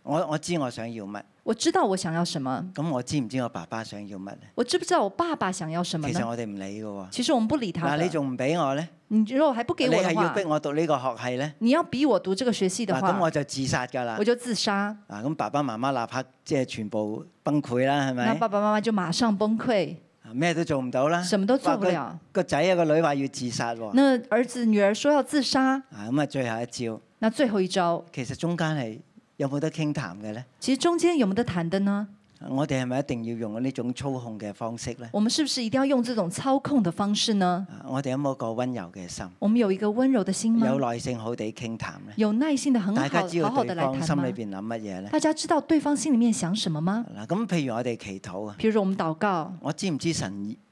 我我知我想要乜，我知道我想要什麼，咁我知唔知我爸爸想要乜咧？我知不知道我爸爸想要什麼其實呢？我哋唔理嘅喎。其實我們不理他嗱，的你。仲唔俾我咧？你如果還不你給我係的要話逼，我讀呢個學系咧？你要逼我讀這個學系的嗱，話咁，我就自殺㗎啦我。就自殺。啊，咁爸爸媽媽立刻即係全部崩潰啦，係那咪？爸爸媽媽就馬上崩潰，啊咩都做唔到啦。什麼都做不哇。了。個個仔啊，個女話要自殺喎。那兒子女兒說要自殺，啊，咁啊，最後一招，那最後一招，其實中間係有冇得傾談嘅咧？其實中間有沒有得談的呢？我哋係咪一定要用呢種操控嘅方式咧？我們是不是一定要用這種操控的方式呢？啊我哋有冇一個温柔嘅心，我們有一個溫柔的心有嗎？耐性好地傾談咧？有耐心的很大好家知好道好對的來方心談嗎裏？邊諗乜嘢咧？大家知道對方心裡面想什麼嗎？嗱，咁譬如我哋祈禱啊，譬如說我們禱告，我知唔知神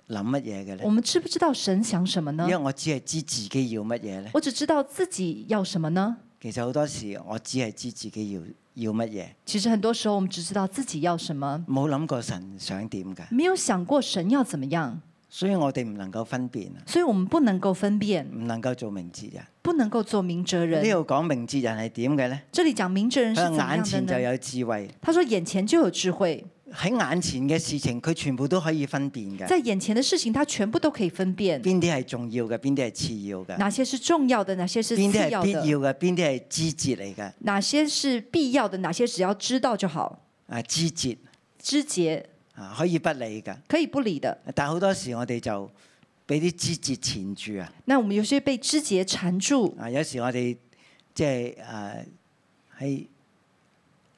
諗乜嘢嘅我咧？們知不知道神想什麼呢因為？我只係知自己要乜嘢咧。我只知道自己要什麼呢？其實好多時我只係知自己要要乜嘢，其實很多時候我們只知道自己要什麼，冇諗過神想點㗎。沒有想過神要怎麼樣，所以我哋唔能夠分辨啊，所以我們不能夠分辨。唔能夠做明哲人。不能夠做明哲呢人。度講明哲人係點嘅咧？這裡講明哲人是佢怎麼話眼樣前就的呢？有智慧，他說眼前就有智慧，喺眼前嘅事情佢全部都可以分辨嘅。在眼前的事情他全部都可以分辨，邊啲係重要嘅，邊啲係次要嘅，哪些是重要的，哪些是次邊啲係要必要的，嘅，邊啲係枝節嚟嘅。哪些是必要的，哪些只要知道就好。啊，枝節枝節啊，可以不理嘅。可以不理的，但好多時我哋就俾啲枝節纏住啊。那我們有些被枝節纏住，啊，有時我哋即係啊喺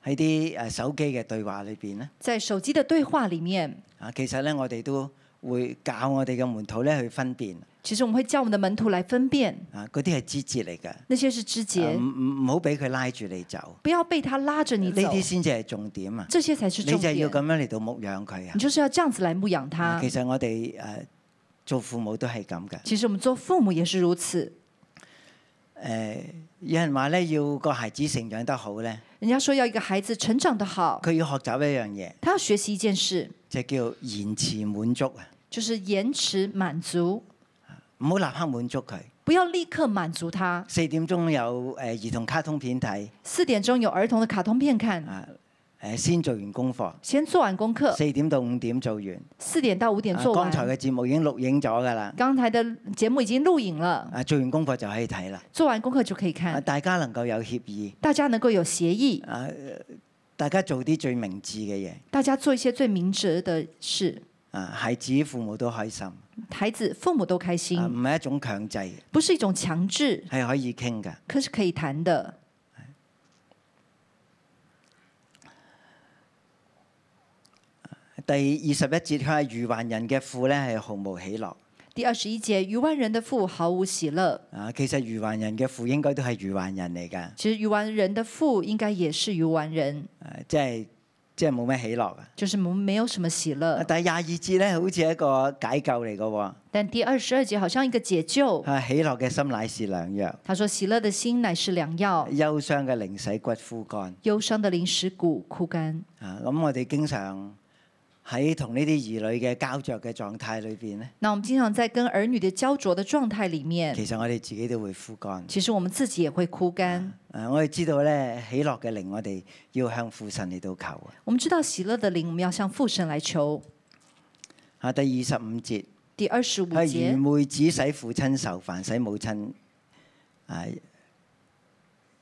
喺啲誒手機嘅對話裏邊咧，在手機的對話裡面，啊，其實咧我哋都會教我哋嘅門徒咧去分辨其實我們會叫我們的門徒來分辨啊，嗰啲係枝節嚟嘅，啊那些是枝唔節，唔唔好俾佢拉住你走。不要被他拉着呢你走啲，先至係重點啊！這些才是你重就要點咁。樣嚟到牧養佢啊你！就是要這樣子來牧養他其。實我哋誒、呃做父母都係咁嘅。誒、其實我們做父母也是如此，呃有人話咧，要個孩子成長得好咧，人家說要一個孩子成長得好，佢要學習一樣嘢，他要學習一件事，就叫延遲滿足啊！就是延遲滿足，唔唔好立刻滿足佢。不要立刻满足他。四點鐘有誒呃兒童卡通片睇，四点钟有儿童的卡通片看，啊誒先做完功課，先做完功课，四點到五點做完。四点到五点啊做剛才完。嘅節目已經錄影咗㗎啦，刚才的节目已经录影了，啊做完功課就可以睇啦。做完功课就可以啊看。大家能夠有協議，大家能够有协议，啊大家做啲最明智嘅嘢，大家做一些最明哲的事，啊孩子父母都開心，啊啊孩子父母都开心，唔係一種強制，係不是一种强制，可以傾㗎。可是可以谈的。第二十一節佢話愚頑人嘅父咧係毫無喜樂。第二十一节，愚顽人的父毫无喜乐。啊，其實愚頑人嘅父應該都係愚頑人嚟㗎，其实愚顽人的父应该也是愚顽人，啊即係即係冇咩喜樂啊。就是没没有什么喜啊乐。但係廿二節咧，好似一個解救嚟嘅喎。但第二十二节好像一个解救，啊，喜樂嘅心乃是良藥，他说：“喜乐的心乃是良药，憂傷嘅靈使骨枯乾。忧伤的灵使骨枯干。啊，咁我哋經常喺同呢啲兒女嘅交着嘅狀態裏邊咧，”那我们经常在跟儿女的焦灼的狀態里面，其實我哋自己都會枯乾。其实我们自己也会枯干。啊，我哋知道咧，喜樂嘅靈我哋要向父神嚟到求啊。我们知道喜乐的灵，我们要向父神来求。啊，第二十五節。第二十五係愚节，昧子使父親受煩，使母親啊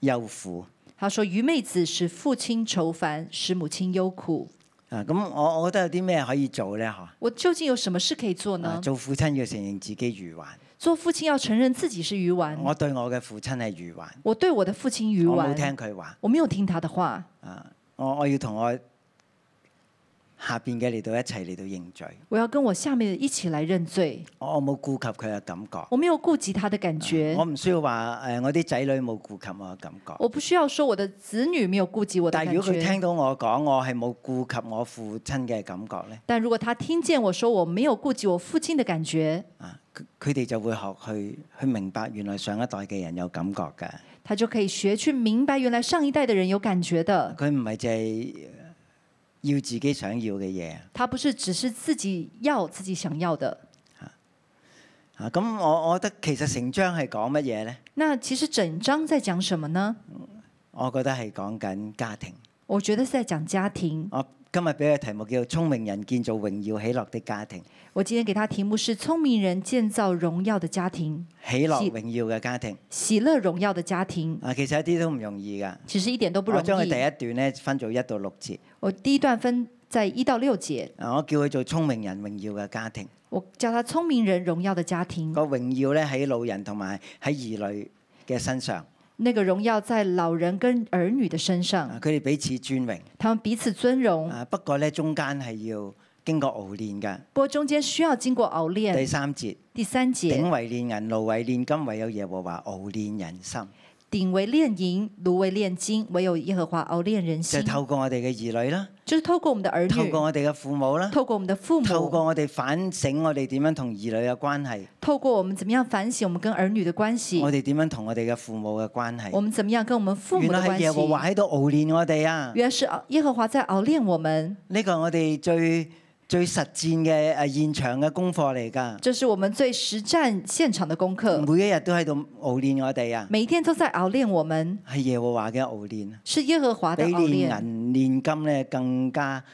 憂苦他说：“愚昧子使父亲愁烦，使母亲忧苦。啊！咁我我覺得有啲咩可以做咧？嗬、”我究竟有什么事可以做啊呢？做父親要承認自己愚頑，做父亲要承认自己是愚顽。我對我嘅父親係愚頑，我對我的父亲嗯愚我冇顽，聽佢話我没有聽他的話。啊！我我要同我下邊嘅嚟到一齊嚟到認罪，我要跟我下面的一起來認罪，我我冇顧及佢嘅感覺，我没有顧及他的感覺，啊我唔需要話誒、我啲仔女冇顧及我嘅感覺。我不需要說我的子女沒有顧及我的但係感如果佢覺。聽到我講我係冇顧及我父親嘅感覺咧，但如果他聽見我說我沒有顧及我父親的感覺，啊，佢佢哋就會學去去明白原來上一代嘅人有感覺嘅，他就可以學去明白原來上一代的人有感覺的，佢唔係就係要自己想要嘅嘢他不是只是自己要自己想要的。啊。咁我我覺得其實成章係講乜嘢呢？那其實整章在講什麼呢？我覺得係講緊家庭。我覺得是在講家庭。我今日俾嘅題目叫做《聰明人建造榮耀喜樂的家庭》，我今天給他題目是“聰明人建造榮耀的家庭，喜樂是榮耀嘅家庭喜樂榮耀的家庭啊，其實一啲都唔容易噶”，。其實一點都不容我將佢易。第一段呢分做一到六節，我第一段分在一到六节，啊，我叫佢做聰明人榮耀嘅家庭。我叫他聪明人荣耀的家庭。個榮耀呢喺老人同埋喺兒女嘅身上，那个荣耀在老人跟儿女的身啊上，佢哋彼此尊榮。他们彼此尊荣。啊，不過咧中間係要經過熬練嘅。不过中间需要經過熬第練。三節，第三鼎节，為練銀，爐為練金，唯有耶和華熬練人心。鼎為炼銀，爐為炼金，唯有耶和華熬炼人就心係。透過我哋嘅兒女啦，就是透過我們的兒透過女，我哋嘅父母啦，透過我們的父透過母，我哋反省我哋點樣同兒女嘅關係，透過我們怎麼樣反省我們跟兒女的關我係，哋點樣同我哋嘅父母嘅關我係。們怎麼樣跟我們父原母的來關係耶和華係。喺度熬練我哋啊！原來是耶和華在熬煉我們，呢個係我哋最最實戰嘅誒現場嘅功課嚟㗎，這是我們最實戰現場的功課。每一日都喺度熬練我哋啊！每一天都在熬練我們，係耶和華嘅熬練啊！是耶和華比的熬練練，銀練金咧更加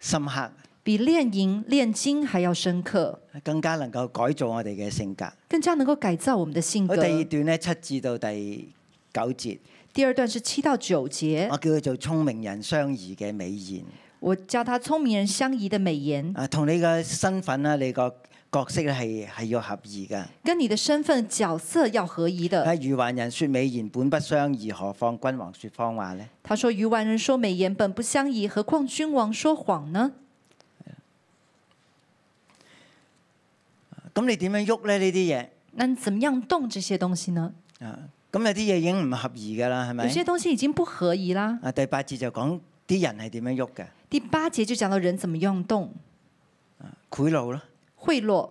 深刻，比練銀練金還要深刻，更加能夠改造我哋嘅性格。更加能夠改造我們的性好，格第。二段咧七至到第九節，第二段是七到九節我，叫佢做聰明人相宜嘅美言。我教他聰明人相宜的美言，啊，同你嘅身份啦，你個角色咧係係要合宜噶。跟你的身份角色要合宜的。喺愚頑人說美言本不相宜，何況君王說謊話呢？他說：“愚頑人說美言本不相宜，何況君王說謊呢咁你點樣喐咧？呢啲？”那你怎麼樣動這些東西呢？嘢啊，咁有啲嘢已經唔合宜噶啦，係有些咪？東西已經不合宜啦。啊，第八節就講啲人係點樣喐嘅，第八節就講到人怎麼樣動，賄賂啦。賄賂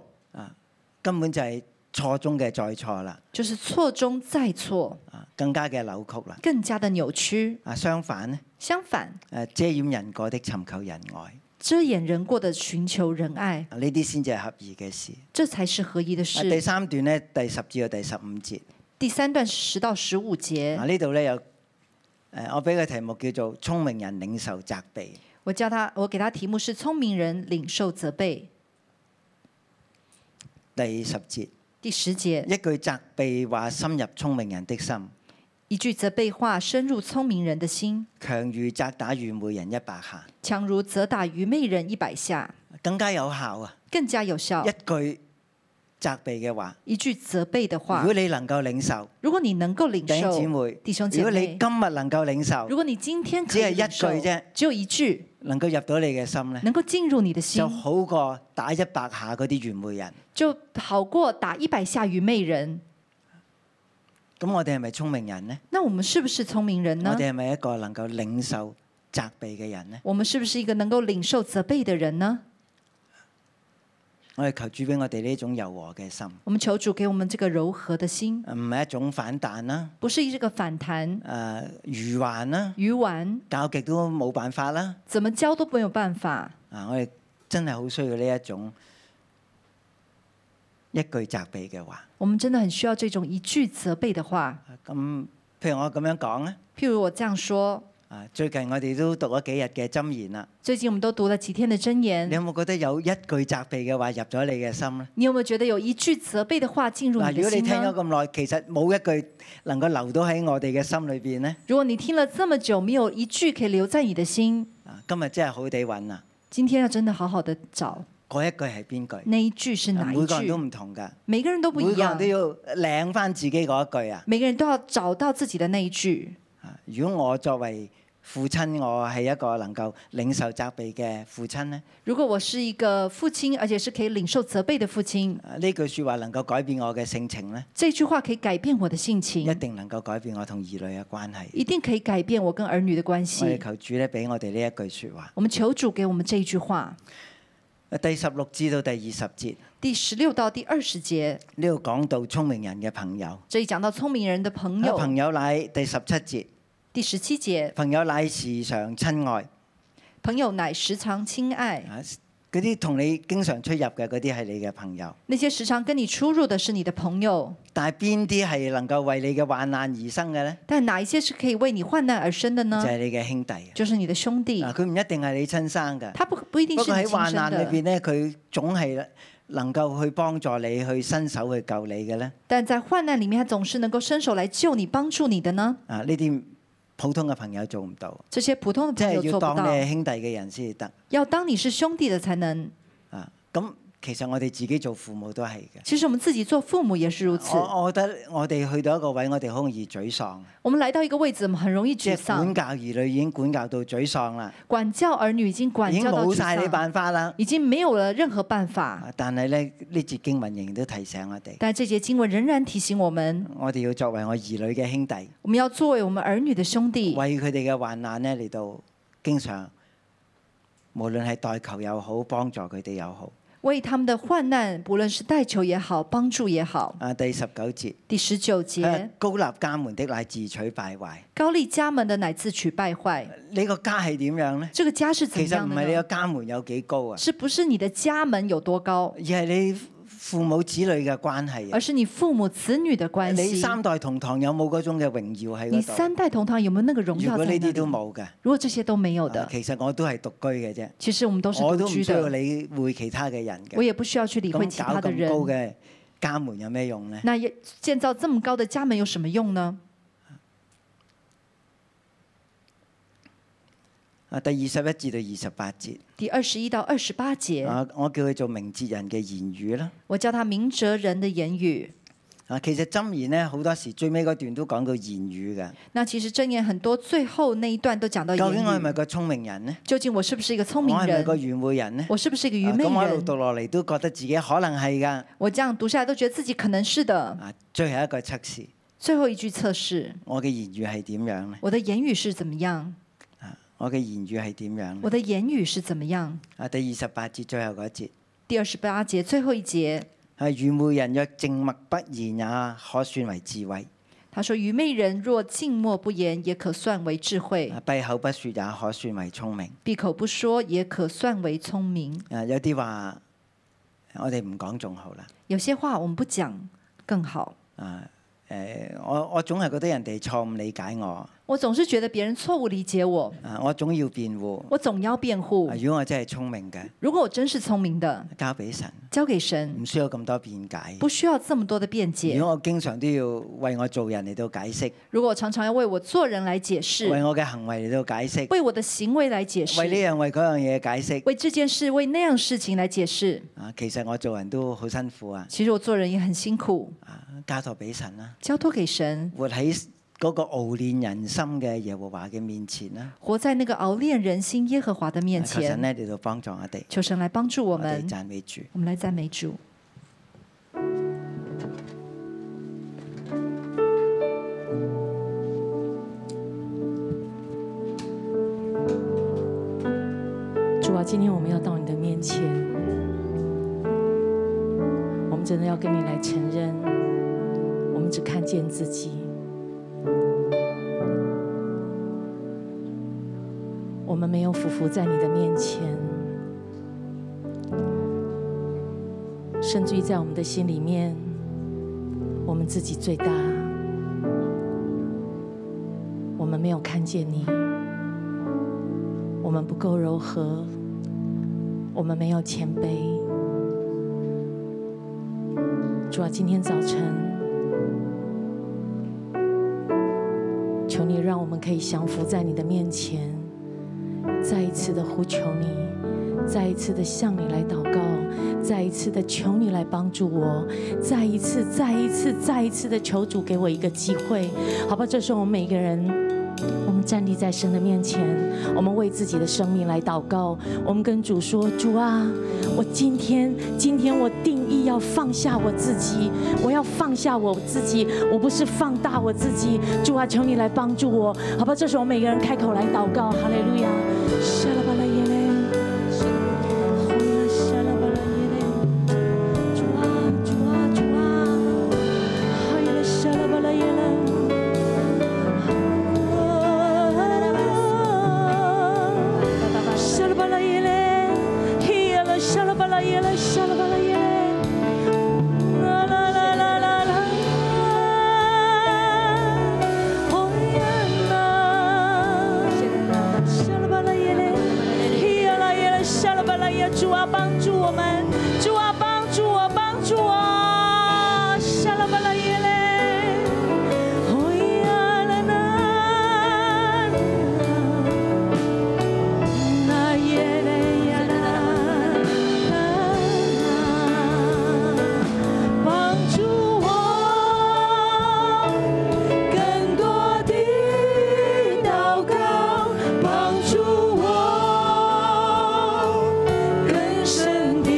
根本就係錯中嘅再錯啦，就是錯中再錯，啊，更加嘅扭曲啦。更加的扭曲。啊，相反呢，相反，誒遮掩人過的尋求人愛，遮掩人过的寻求仁爱，呢啲先至係合意嘅事。这才是合一的啊第事。三段咧，第十至到第十五節，第三段十到十五啊节，呢度咧有誒，我俾個題目叫做聰明人領受責備。我叫他，我给他题目是“聪明人领受责备第十節”。第十节，一句責備話深入聰明人的心，一句责备话深入聪明人的心，強如責打愚昧人一百下，强如责打愚昧人一百下，更加有效啊！更加有效一。句責備嘅話，一句责备的如话果，你能夠領受，如果你能够领弟兄姊受，妹，弟兄如姐果你妹，今日能夠領受如，果你今天可只係以一领受句啫，只有一句能夠入到你嘅心咧，能够进入你的心就，好過打一百下嗰啲愚昧人。就好过打一百下愚昧人。咁我哋係咪聰明人呢？那我们是不是聪明人我呢？哋係咪一個能夠領受責備嘅人呢？我们是不是一个能够领受责备的人呢？我哋求主俾我哋呢種柔和嘅心，我们求主给我们这个柔和的心，嗯唔係一種反彈啦，不是一个反弹誒、愚幻呃啦，愚顽，教極都冇辦法啦。怎么教都没有办法。啊，我哋真係好需要呢一種一句責備嘅話。我们真的很需要这种一句责备的话。啊咁譬如我咁樣講咧，譬如我这样说，啊，最近我哋都讀咗幾日嘅箴言啦。最近我们都读了幾天的箴你言，有冇覺得有一句責備嘅話入咗你嘅心咧？你有没有觉得有一句责备的话进入嗱，你如的果你心啊聽咗呢？咁耐，其實冇一句能夠留到喺我哋嘅心裏邊咧。如果你听了这么久，没有一句可以留在你的心，啊，今日真係好地揾啊！今天要真的好好的找嗰一句係邊句？啊那一句是哪每一個人都句。唔同㗎，每個人都不每一個人样都，要領翻自己嗰一句啊！每個人都要找到自己的那一句。啊如果我作為父親，我係一個能夠領受責備嘅父親咧，如果我是一个父亲，而且是可以领受责备的父亲，啊呢句説話能夠改變我嘅性情咧，这句话可以改变我的性一情，定能夠改變我同兒女嘅關係。一定可以改变我跟儿女的关我哋系。求主咧，俾我哋呢一句説話。我们求主给我们这一句话。第十六至到第二十節第十六到第二十节，呢度講到聰明人嘅朋友，这里讲到聪明人的朋啊朋友。友乃第十七節，第十七节，朋友乃時常親愛。朋友乃时常亲爱，啊嗰啲同你經常出入嘅嗰啲係你嘅朋友，那些时常跟你出入的是你的朋友，但係邊啲係能夠為你嘅患難而生嘅呢？但哪一些是可以为你患难而生的就呢？係你嘅兄弟。啊就是你的兄弟嗱，，佢唔一定係你親生嘅，他不不一定不是過你喺亲患生難裏的，邊咧，佢總係能夠去幫助你，去伸手去救你嘅咧。但在患难里面，他总是能够伸手来救你、帮助你的呢。啊，呢啲普通嘅朋友做唔到，这些普通的即朋友係做不要當你到，係兄弟嘅人先至得。要当你是兄弟的才能。啊，咁其實我哋自己做父母都係嘅。其实我们自己做父母也是如此。我我覺得我哋去到一個位，我哋好容易沮喪，我们来到一个位置，我们很容易即沮係管丧。教兒女已經管教到沮喪啦，管教儿女已经管已經教到冇沮晒你丧，辦法啦。已经没有了任何办法。啊但係咧，呢節經文仍然都提醒我哋，但这节经文仍然提醒我们，我哋要作為我兒女嘅兄弟。我们要作为我們儿女的兄弟，為佢哋嘅患難咧嚟到經常，無論係代求又好，幫助佢哋又好。为他们的患难，不论是代求也好，帮助也好。啊，第十九節，第十九节，啊高立家門的乃自取敗壞。高丽家門的乃自取败坏。你個家係點樣呢？这個家是怎其實样的唔係你個呢？家門有幾高啊，是不是你的家門有多高而，係你父母子女嘅關係而啊。是你父母子女的關你係。三代同堂有冇嗰種嘅榮耀喺你嗰度？三代同堂有沒有那個榮如耀果在呢那啲里？都冇嘅，如果這些都沒有啊的，其實我都係獨居嘅啫，其實我們都是我都獨唔居需要的，理會其他嘅人我嘅。也不需要去理會咁其他搞的咁高人。嘅家門有咩用呢？那也建造這麼高的家門有什麼用呢？啊，第二十一至到二十八節。第二十一到二十八節，啊，我叫佢做明哲人嘅言語啦。我叫他明哲人的言語。啊，其實箴言咧好多時最尾嗰段都講到言語嘅。那其實箴言很多，最後那一段都講到呃言究竟我係咪語。個聰明人呢？究竟我是不是一個聰我明係哦咪人？個愚昧人呢？我是不是一個啊愚昧咁我一路人？讀落嚟都覺得自己可能係㗎。我這樣讀下來都覺得自己可能是的。啊，最後一個測試，最後一句測試，我嘅言語係點樣呢？啊我的言語是怎麼樣？我嘅言語係點樣呢我？的言語是怎麼樣？啊，第二十八節最後嗰節，第二十八節最後一節，啊，愚昧人若靜默不言也可算為智慧。他说：“愚昧人若静默不言，也可算为智慧；啊閉口不説也可算為聰明。闭口不说，也可算為聰明。啊，有啲話我哋唔講仲好啦。”有些話我們不講更好。啊，誒、我我總係覺得人哋錯誤理解我，我總是覺得別人錯誤理解我，啊，我總要辯護。我總要辯啊護。如果我真係聰明嘅，如果我真是聰明的，交俾神，交給神，唔需要咁多辯解。不需要這麼多的辯解如。果我經常都要為我做人嚟到解釋，如果我常常要為我做人來解釋，為我嘅行為嚟到解釋，為我的行為來解為呢釋，樣為嗰樣嘢解釋，為這件事、為那樣事情來解釋，啊，其實我做人都好辛苦啊。其實我做人也很辛苦。啊，交託俾神啦，交托給神，活喺嗰個熬練人心嘅耶和華嘅面前啦。活在那個熬煉人心耶和華的面啊求神前。咧嚟到幫助我哋，求神來幫助我我哋們，讚美主。我們來讚美主。主啊，今天我们要到你的面前，我们真的要跟你来承认，我们只看见自己，我们没有俯伏在你的面前，甚至于在我们的心里面，我们自己最大，我们没有看见你。我们不够柔和，我们没有谦卑。主啊，今天早晨，求你让我们可以降服在你的面前，再一次的呼求你，再一次的向你来祷告，再一次的求你来帮助我，再一次、再一次、再一次的求主给我一个机会，好吧？这时候我们每一个人。我们站立在神的面前，我们为自己的生命来祷告。我们跟主说：“主啊，我今天，今天我定义要放下我自己，我要放下我自己，我不是放大我自己。主啊，求你来帮助我，好吧？”这时候，我们每个人开口来祷告，哈利路亚。Oh, 沙拉巴拉耶嘞，呼啦沙拉巴拉耶嘞，主啊，主啊，主啊，哈耶嘞沙拉巴拉耶嘞。沙拉巴拉耶嘞，嘿呀啦，沙拉巴拉耶嘞，沙拉巴拉耶嘞，啦啦啦啦啦啦，哦呀啦，沙拉巴拉耶嘞，嘿呀啦耶嘞，沙拉巴拉耶，主啊帮助我们，主啊帮助我，帮助我，沙拉巴拉耶嘞。哦呀啦啦啦。那耶嘞呀啦啦啦，帮助我更多的祷告，帮助我更深的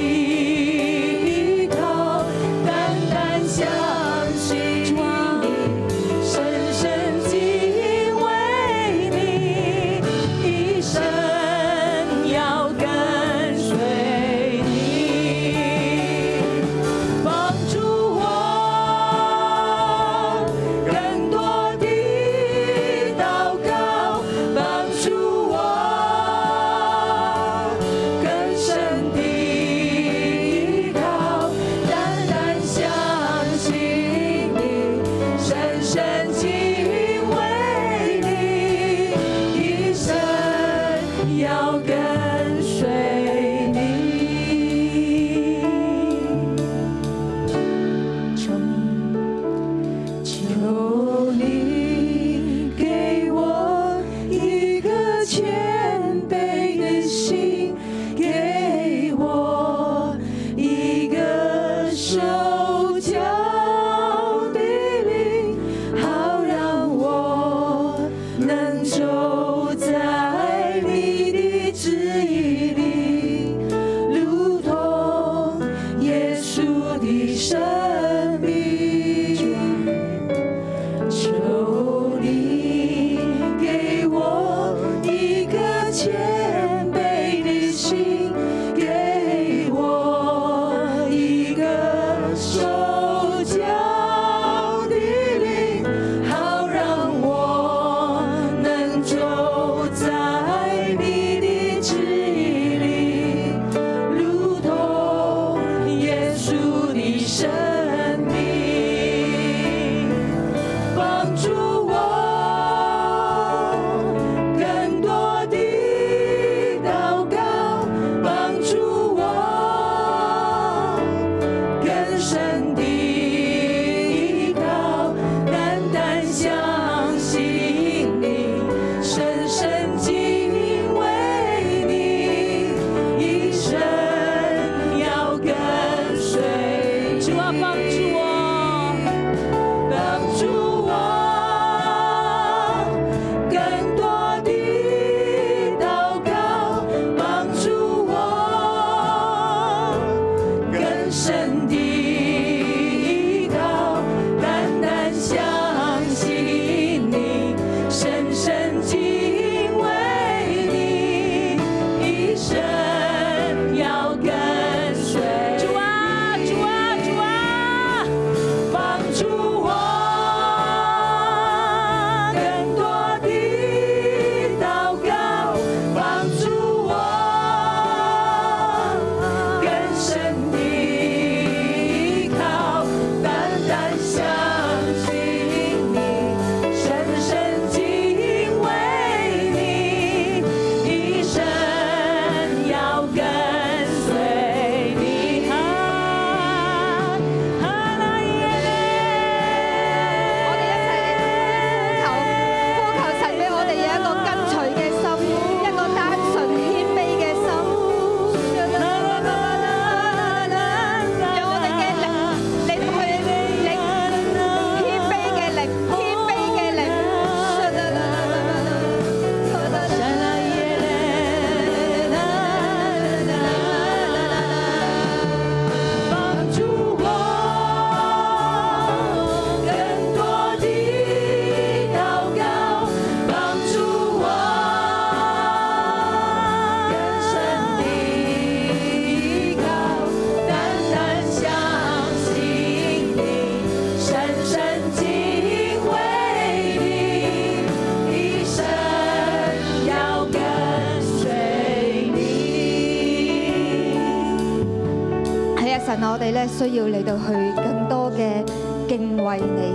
啊啊神，我哋咧需要你到去更多嘅敬畏你。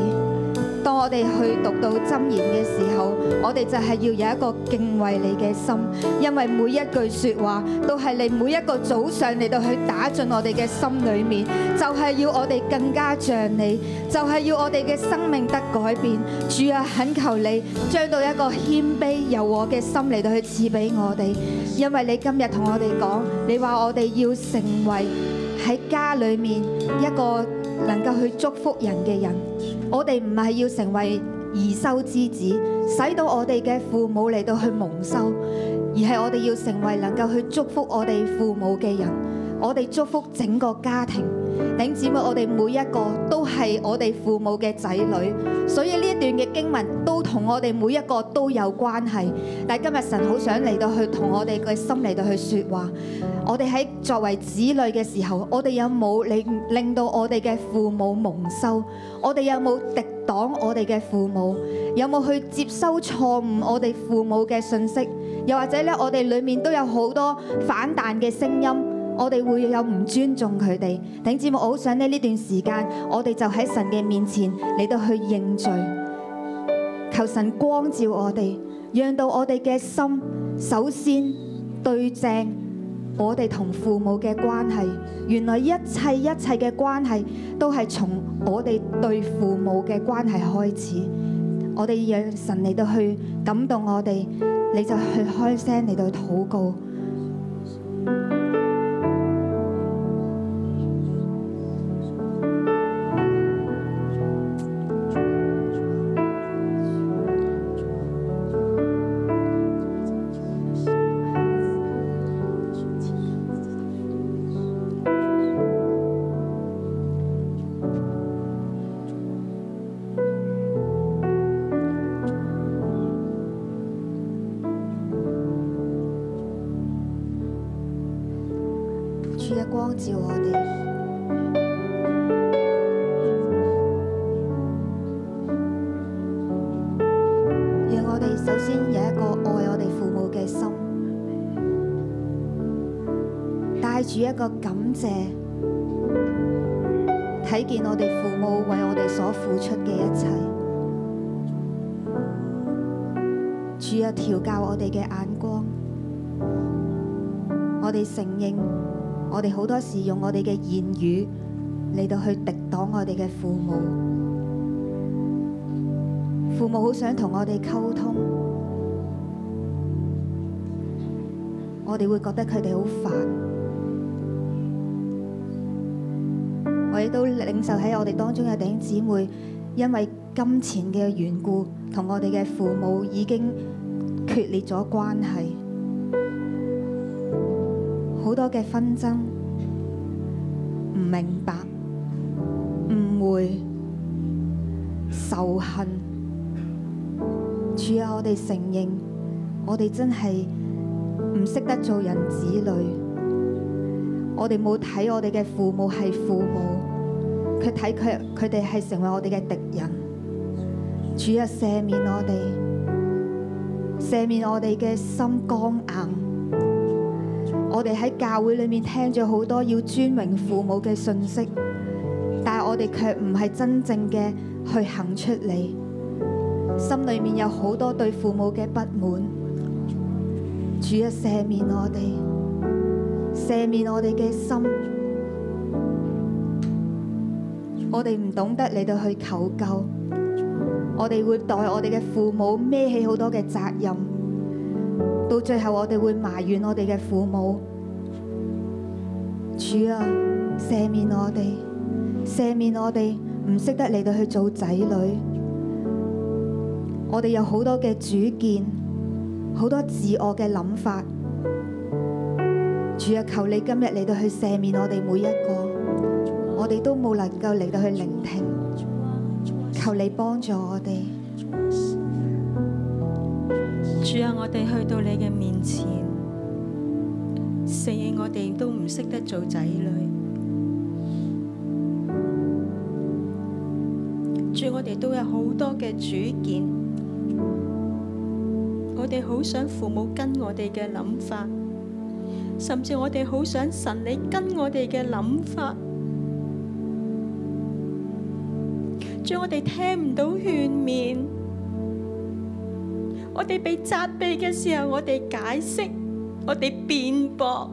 當我哋去讀到箴言嘅時候，我哋就係要有一個敬畏你嘅心，因為每一句说話都係你每一個早上嚟到去打進我哋嘅心裏面，就係、要我哋更加像你，就係、要我哋嘅生命得改變。主啊，懇求你將到一個謙卑柔和嘅心嚟到去賜俾我哋，因為你今日同我哋講，你話我哋要成為喺家裏面一個能夠去祝福人嘅人。我哋唔係要成為兒修之子，使到我哋嘅父母嚟到去蒙羞，而係我哋要成為能夠去祝福我哋父母嘅人，我哋祝福整個家庭。頂姊妹，我哋每一個都係我哋父母嘅仔女，所以呢一段嘅經文都同我哋每一個都有關係。但係今日神好想嚟到去同我哋嘅心嚟到去説話。我哋喺作為子女嘅時候，我哋有冇令令到我哋嘅父母蒙羞？我哋有冇敵擋我哋嘅父母？有冇去接收錯誤我哋父母嘅信息？又或者咧，我哋裡面都有好多反彈嘅聲音。我哋會有唔尊重佢哋，頂姊妹，我好想呢呢段時間，我哋就喺神嘅面前嚟到去認罪，求神光照我哋，讓到我哋嘅心首先對正我哋同父母嘅關係，原來一切一切嘅關係都係從我哋對父母嘅關係開始。我哋讓神嚟到去感動我哋，你就去開聲嚟到禱告。主嘅光照我哋。讓我哋首先有一個愛我哋父母嘅心，帶住一個感謝，睇見我哋父母為我哋所付出嘅一切。主啊，調教我哋嘅眼光，我哋承認。我哋好多時用我哋嘅言語嚟到去敵擋我哋嘅父母。父母好想同我哋溝通，我哋會覺得佢哋好煩。我亦都領受喺我哋當中嘅弟兄姊妹，因為金錢嘅緣故，同我哋嘅父母已經決裂咗關係。好多嘅紛爭，唔明白、誤會、仇恨。主啊，我哋承認，我哋真係唔識得做人子女。我哋冇睇我哋嘅父母係父母，佢睇佢佢哋係成為我哋嘅敵人。主啊，赦免我哋，赦免我哋嘅心剛硬。我哋喺教會裏面聽咗好多要尊榮父母嘅信息，但係我哋卻唔係真正嘅去行出嚟，心裏面有好多對父母嘅不滿。主啊，赦免我哋，赦免我哋嘅心，我哋唔懂得嚟到去求救，我哋會代我哋嘅父母孭起好多嘅責任。到最後我哋會埋怨我哋嘅父母。主啊，赦免我哋，赦免我哋唔識得嚟到去做仔女。我哋有好多嘅主見，好多自我嘅諗法。主啊，求你今日嚟到去赦免我哋每一個，我哋都冇能夠嚟到去聆聽。求你幫助我哋，主啊，我哋去到你嘅面前，承認我哋都唔識得做仔女。主，我哋都有好多嘅主見，我哋好想父母跟我哋嘅諗法，甚至我哋好想神你跟我哋嘅諗法，主，我哋聽唔到勸勉，我哋被責備嘅時候，我哋解釋，我哋辯駁，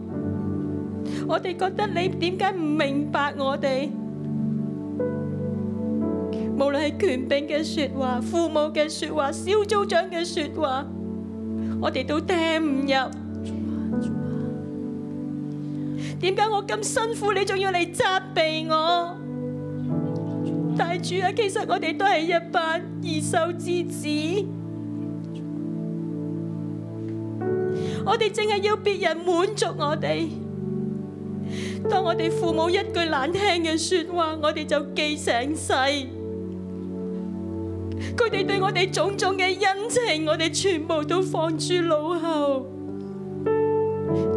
我哋覺得你點解唔明白我哋？無論係權柄嘅说話、父母嘅说話、小組長嘅说話，我哋都聽唔入。點解我咁辛苦，你仲要嚟責備我？大主啊，其實我哋都係一班易受之子，我哋淨係要別人滿足我哋。當我哋父母一句難聽嘅说話，我哋就記成世。佢哋對我哋種種嘅恩情，我哋全部都放諸腦後。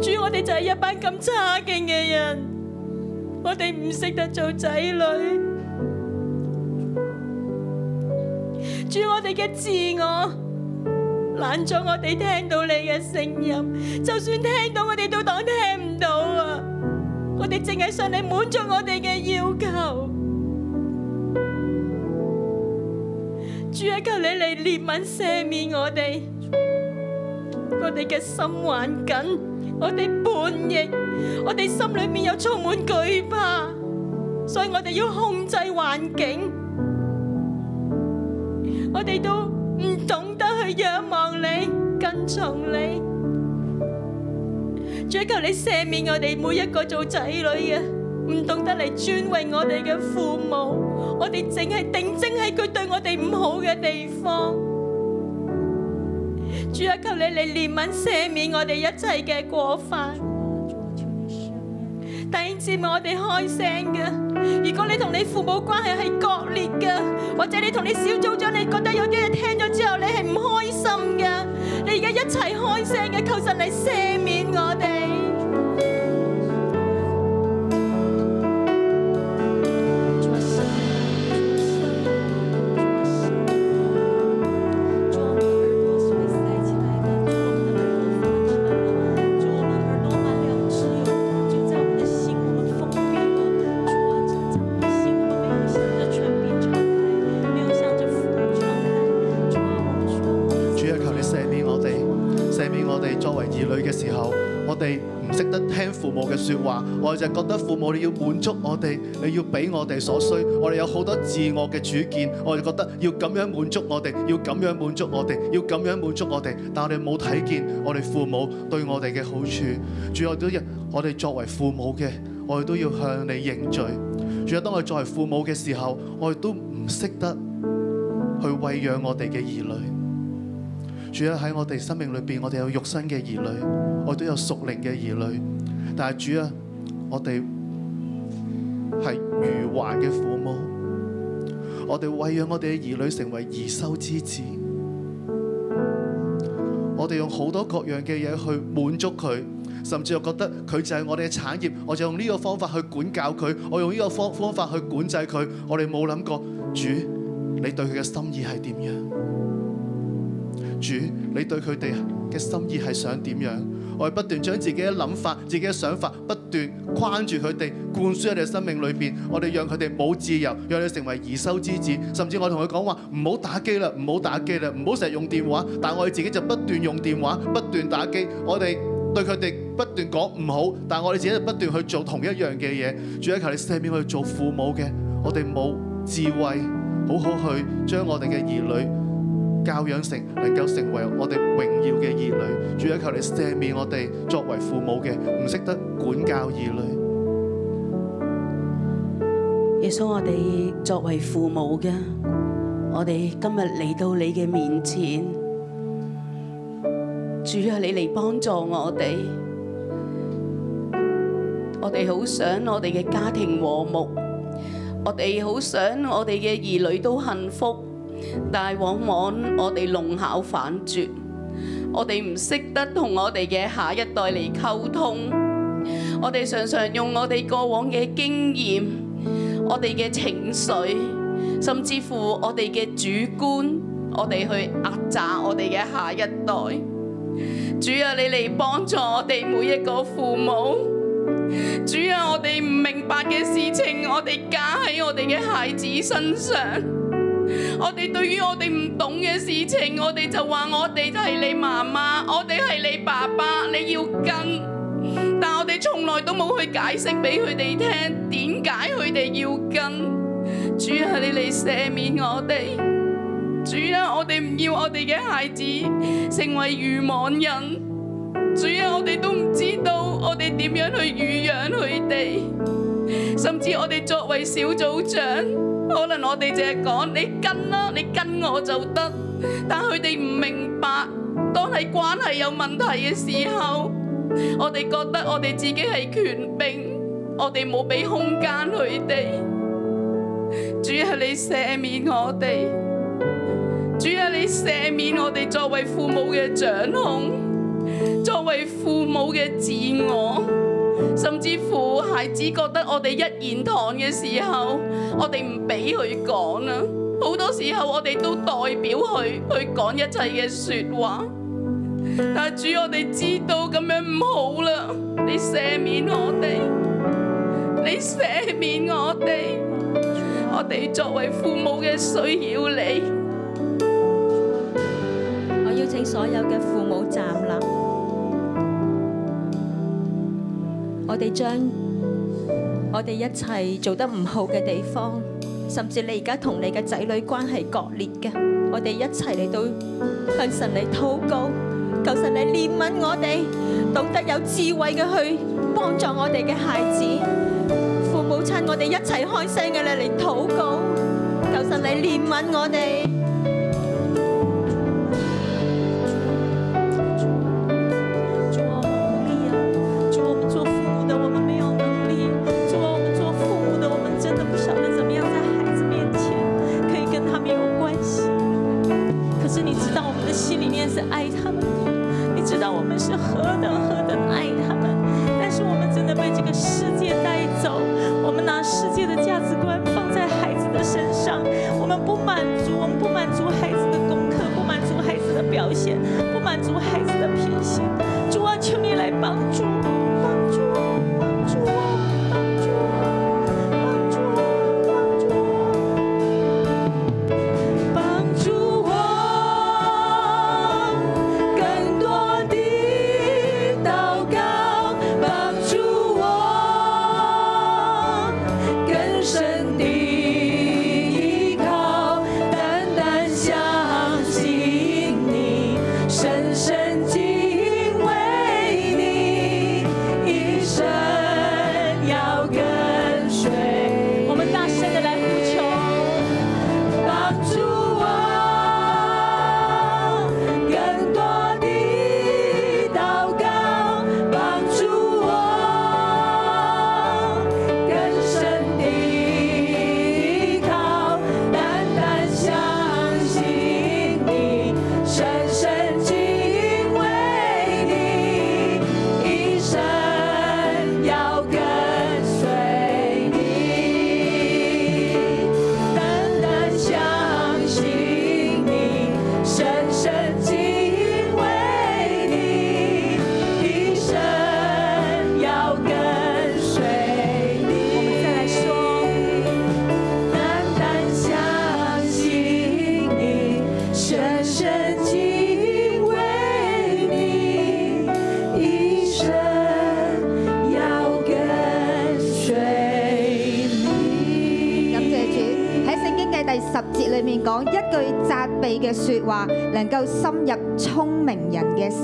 主，我哋就係一班咁差勁嘅人，我哋唔識得做仔女。主我哋嘅自我，拦咗我哋聽到你嘅聲音，就算聽到我哋都當聽唔到啊！我哋淨係想你滿足我哋嘅要求。主啊，求你嚟憐憫赦免我哋，我哋嘅心頑緊，我哋叛逆，我哋心裏面又充滿懼怕，所以我哋要控制環境。我哋都唔懂得去仰望你、跟從你。主求你赦免我哋每一個做仔女嘅，唔懂得嚟尊榮我哋嘅父母，我哋淨係定睛喺佢對我哋唔好嘅地方。主啊，求你嚟憐憫赦免我哋一切嘅過犯。弟兄姊妹，我哋開聲嘅。如果你同你父母關係係割裂嘅，或者你同你小組長，你覺得有啲嘢聽咗之後你係唔開心嘅，你而家一齊開聲嘅，求神嚟赦免我哋。主啊，求你赦免我哋，赦免我哋作為兒女嘅時候，我哋唔識得聽父母嘅説話，我哋就覺得父母你要滿足我哋，你要俾我哋所需，我哋有好多自我嘅主見，我哋覺得要咁樣滿足我哋，要咁樣滿足我哋，要咁樣滿足我哋，但我哋冇睇見我哋父母對我哋嘅好處。主啊，都要我哋作為父母嘅，我哋都要向你認罪。主啊，當我哋作為父母嘅時候，我哋都唔識得去餵養我哋嘅兒女。主啊，喺我哋生命裏邊，我哋有肉身嘅兒女，我都有屬靈嘅兒女。但係主啊，我哋係愚頑嘅父母，我哋餵養我哋嘅兒女成為兒修之子，我哋用好多各樣嘅嘢去滿足佢。甚至我覺得佢就係我哋嘅產業，我就用呢個方法去管教佢，我用呢個方方法去管制佢。我哋冇諗過，主，你對佢嘅心意係點樣？主，你對佢哋嘅心意係想點樣？我哋不斷將自己嘅諗法、自己嘅想法不斷框住佢哋，灌輸喺佢哋生命裏邊。我哋讓佢哋冇自由，讓佢哋成為兒修之子。甚至我同佢講話：唔好打機啦，唔好打機啦，唔好成日用電話。但我哋自己就不斷用電話，不斷打機。我哋對佢哋不斷講唔好，但我哋自己就不斷去做同一樣嘅嘢。主啊，求你赦免我哋做父母嘅，我哋冇智慧，好好去將我哋嘅兒女。教養成能夠成為我哋榮耀嘅兒女。主啊，求你赦免我哋作為父母嘅唔識得管教兒女。耶穌，我哋作為父母嘅，我哋今日嚟到你嘅面前，主啊，你嚟幫助我哋，我哋好想我哋嘅家庭和睦，我哋好想我哋嘅兒女都幸福，但係往往我哋弄巧反拙，我哋唔識得同我哋嘅下一代嚟溝通，我哋常常用我哋過往嘅經驗。我哋嘅情緒，甚至乎我哋嘅主觀，我哋去壓榨我哋嘅下一代。主啊，你嚟幫助我哋每一個父母。主啊，我哋唔明白嘅事情，我哋加喺我哋嘅孩子身上。我哋對於我哋唔懂嘅事情，我哋就話我哋就係你媽媽，我哋係你爸爸，你要跟。但我哋從來都冇去解釋俾佢哋聽點解佢哋要跟。主啊，你嚟赦免我哋。主啊，我哋唔要我哋嘅孩子成為愚妄人。主啊，我哋都唔知道我哋點樣去撫養佢哋，甚至我哋作為小組長，可能我哋淨係講你跟啦，你跟我就得，但佢哋唔明白，當係關係有問題嘅時候，我哋覺得我哋自己係權柄，我哋冇俾空間佢哋。主啊，你赦免我哋，主啊，你赦免我哋作為父母嘅掌控。作為父母嘅自我，甚至乎孩子覺得我哋一言堂嘅時候，我哋唔俾佢講啦。好多時候我哋都代表佢去講一切嘅說話，但係主，我哋知道咁樣唔好啦，你赦免我哋，你赦免我哋，我哋作為父母嘅需要你。我邀請所有嘅父母站立，我哋將我哋一切做得唔好嘅地方，甚至你而家同你嘅仔女關係割裂嘅，我哋一齊嚟到向神嚟禱告，求神你憐憫我哋，懂得有智慧嘅去幫助我哋嘅孩子。父母親，我哋一齊開聲嘅咧嚟禱告，求神你憐憫我哋。主啊，我们努力啊！主啊，我们做父母的，我们没有能力；主啊，我们做父母的，我们真的不晓得怎么样在孩子面前可以跟他们有关系。可是你知道，我们的心里面是爱他们的，你知道我们是何等何等爱他们。但是我们真的被这个世界带走，我们拿世界的价值观放在孩子的身上，我们不满足，我们不满足孩子的功课，不满足孩子的表现，不满足孩子的品行。主啊，求你来帮助我，帮助我，帮助我，帮助我，帮助我，帮助我，帮助我，更多的祷告，帮助我，更深的依靠，单单相信你。深深敬畏你，一生要跟随。我们大声的来呼求，帮助我更多的祷告，帮助我更深的依靠，单单相信你。深深敬畏你，一生要跟随你，单单相信你，深深敬畏你，一生要跟随你。我们再来说。单单相信你，深深敬畏你，一生要跟随你。感謝主喺聖經嘅第十節裏面講，一句責備嘅説話能夠深入聰明人嘅心，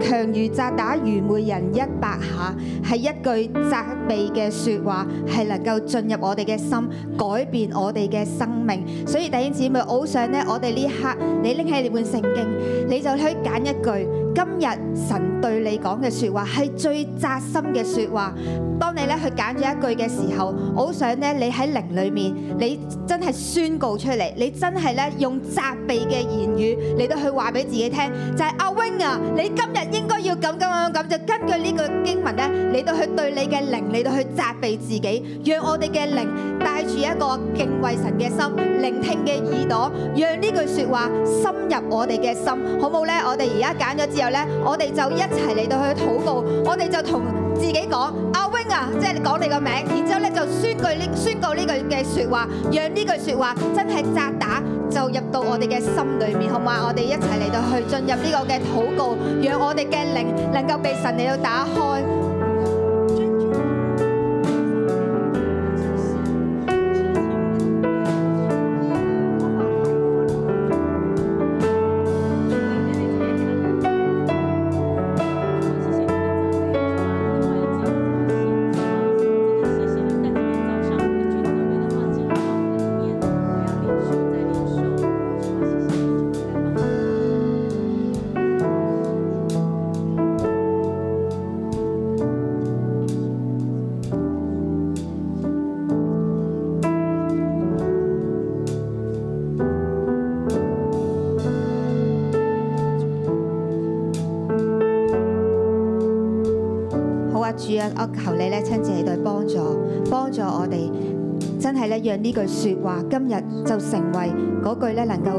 強如責打愚昧人一百下。係一句責備嘅説話，係能夠進入我哋嘅心，改變我哋嘅生命。所以弟兄姊妹，我好想呢，我哋呢刻你拎起你本聖經，你就去揀一句今日神對你講嘅説話係最扎心嘅説話。當你咧去揀咗一句嘅時候，我好想咧你喺靈裏面，你真係宣告出嚟，你真係咧用責備嘅言語嚟到去話俾自己聽，就係、阿 wing 啊，你今日應該要咁咁咁咁，就根據呢個經文咧嚟到去對你嘅靈嚟到去責備自己，讓我哋嘅靈帶住一個敬畏神嘅心、聆聽嘅耳朵，讓呢句説話深入我哋嘅心，好冇咧？我哋而家揀咗之後咧，我哋就一齊嚟到去禱告，我哋就同。自己講阿 wing 啊，即係講你個名，然之後咧就宣句呢宣告呢句嘅説話，讓呢句説話真係扎打就入到我哋嘅心裏面，好唔好啊？我哋一齊嚟到去進入呢個嘅禱告，讓我哋嘅靈能夠被神嚟到打開。好啊，主啊，我求你咧親自嚟到幫助，幫助我哋，真係咧讓呢句説話今日就成為嗰句咧能夠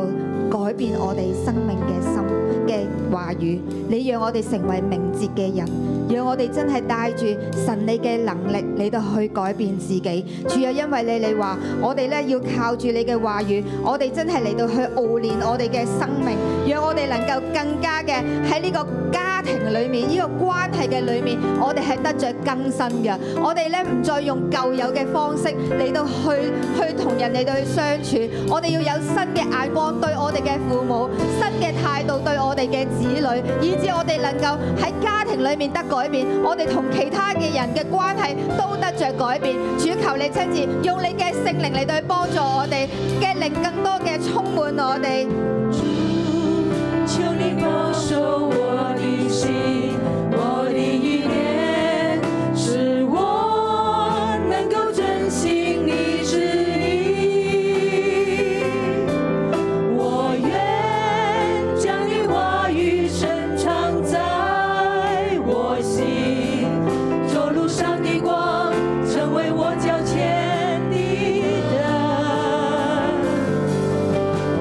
改變我哋生命嘅心嘅話語。你讓我哋成為明哲嘅人，讓我哋真係帶住神你嘅能力嚟到去改變自己。主啊，因為你你話我哋咧要靠住你嘅話語，我哋真係嚟到去熬練我哋嘅生命，讓我哋能夠更加嘅喺呢個家庭裏面，呢、個關係嘅裏面，我哋係得着更新嘅。我哋咧唔再用舊有嘅方式嚟到去去同人嚟到去相處，我哋要有新嘅眼光對我哋嘅父母，新嘅態度對我哋嘅子女，以至我哋能夠喺家庭裏面得改變，我哋同其他嘅人嘅關係都得着改變。主求你親自用你嘅聖靈嚟到去幫助我哋嘅靈更多嘅充滿我哋。求你没收我的心，我的意念，使我能够珍惜你旨意。我愿将你话语深藏在我心，走路上的光，成为我脚前的灯。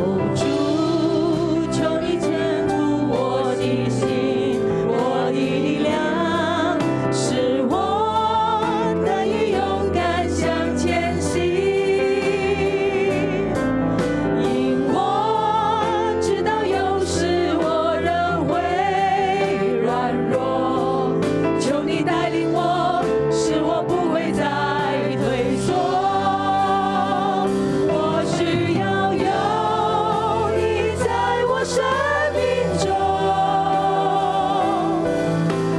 哦，主，求你坚固我的心，我的力量，使我得以勇敢向前行。因我知道有时我仍会软弱，求你带领我，使我不会再退缩。我需要有你在我生命中，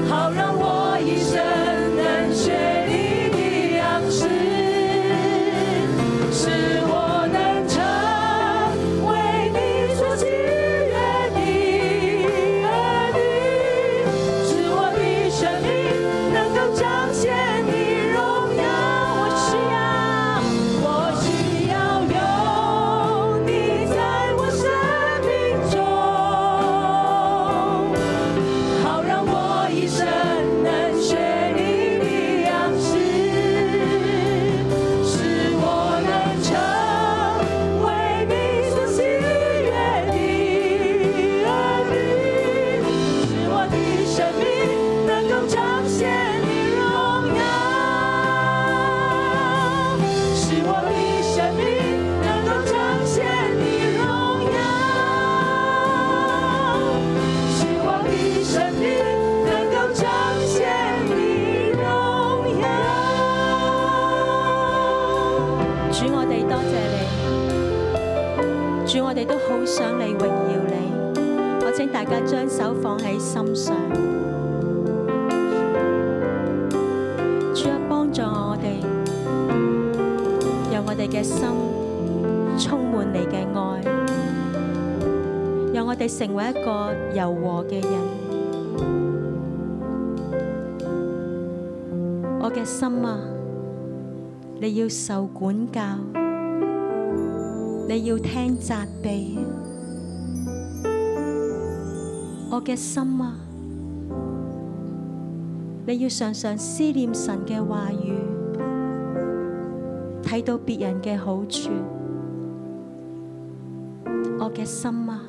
好让我一生能学你的样式，使我能成为你所喜悦的儿女，使我的生命能够彰显你荣耀。我需要，我需要有你在我生命中。好让我一生能学你的样式，使我能成为你所喜悦的儿女，使我的生命能够彰显你荣耀，使我的生命能够彰显你荣耀。希望你生命能够彰显你荣耀。主，我哋多謝你，主，我哋都好想你榮耀你。我請大家將手放喺心上，主啊，幫助我哋，讓我哋嘅心充滿你嘅愛，讓我哋成為一個柔和嘅人。我嘅心啊！你要受管教，你要聽責備。我嘅心啊，你要常常思念神嘅話語，睇到別人嘅好處。我嘅心啊，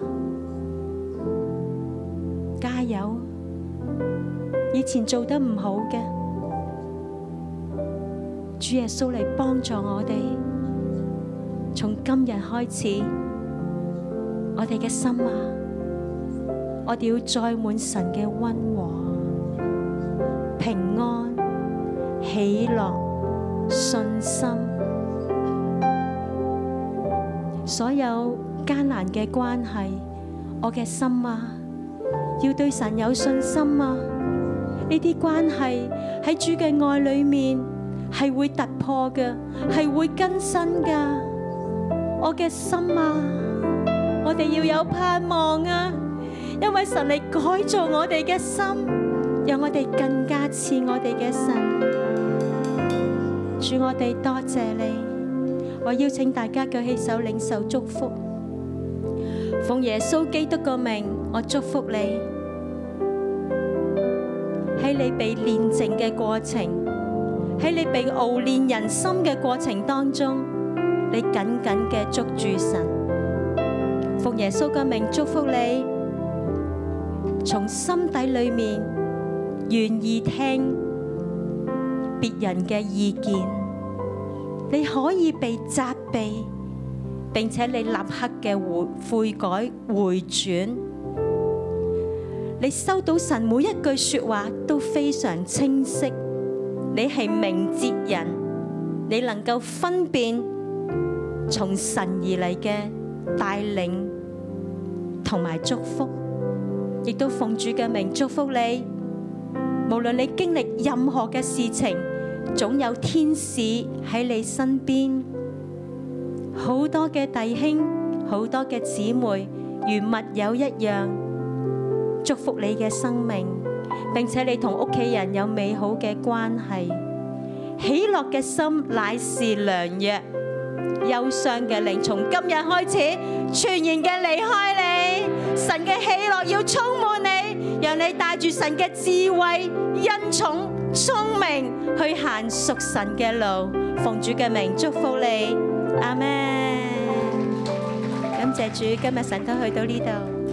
加油！以前做得唔好嘅，主耶穌嚟幫助我哋。從今日開始，我哋嘅心啊，我哋要載滿神嘅溫和、平安、喜樂、信心。所有艱難嘅關係，我嘅心啊，要對神有信心啊！呢啲關係喺主嘅愛裏面係會突破嘅，係會更新噶。我嘅心啊，我哋要有盼望啊，因為神嚟改造我哋嘅心，讓我哋更加似我哋嘅神。主，我哋多謝你，我邀請大家舉起手領受祝福。奉耶穌基督個名，我祝福你。喺你被煉淨嘅過程，喺你被熬煉人心嘅過程當中，你緊緊嘅捉住神，奉耶穌嘅名祝福你，從心底裏面願意聽別人嘅意見，你可以被責備，並且你立刻嘅悔悔改回轉。你收到神每一句说話都非常清晰，你係明哲人，你能夠分辨從神而嚟嘅帶領同埋祝福，亦都奉主嘅名祝福你。無論你經歷任何嘅事情，總有天使喺你身邊。好多嘅弟兄，好多嘅姊妹，如密友一樣。祝福你嘅生命，並且你同屋企人有美好嘅關係。喜樂嘅心乃是良藥，憂傷嘅靈從今日開始全然嘅離開你。神嘅喜樂要充滿你，讓你帶住神嘅智慧、恩寵、聰明去行屬神嘅路。奉主嘅名祝福你，阿門。感謝主，今日神都去到呢度。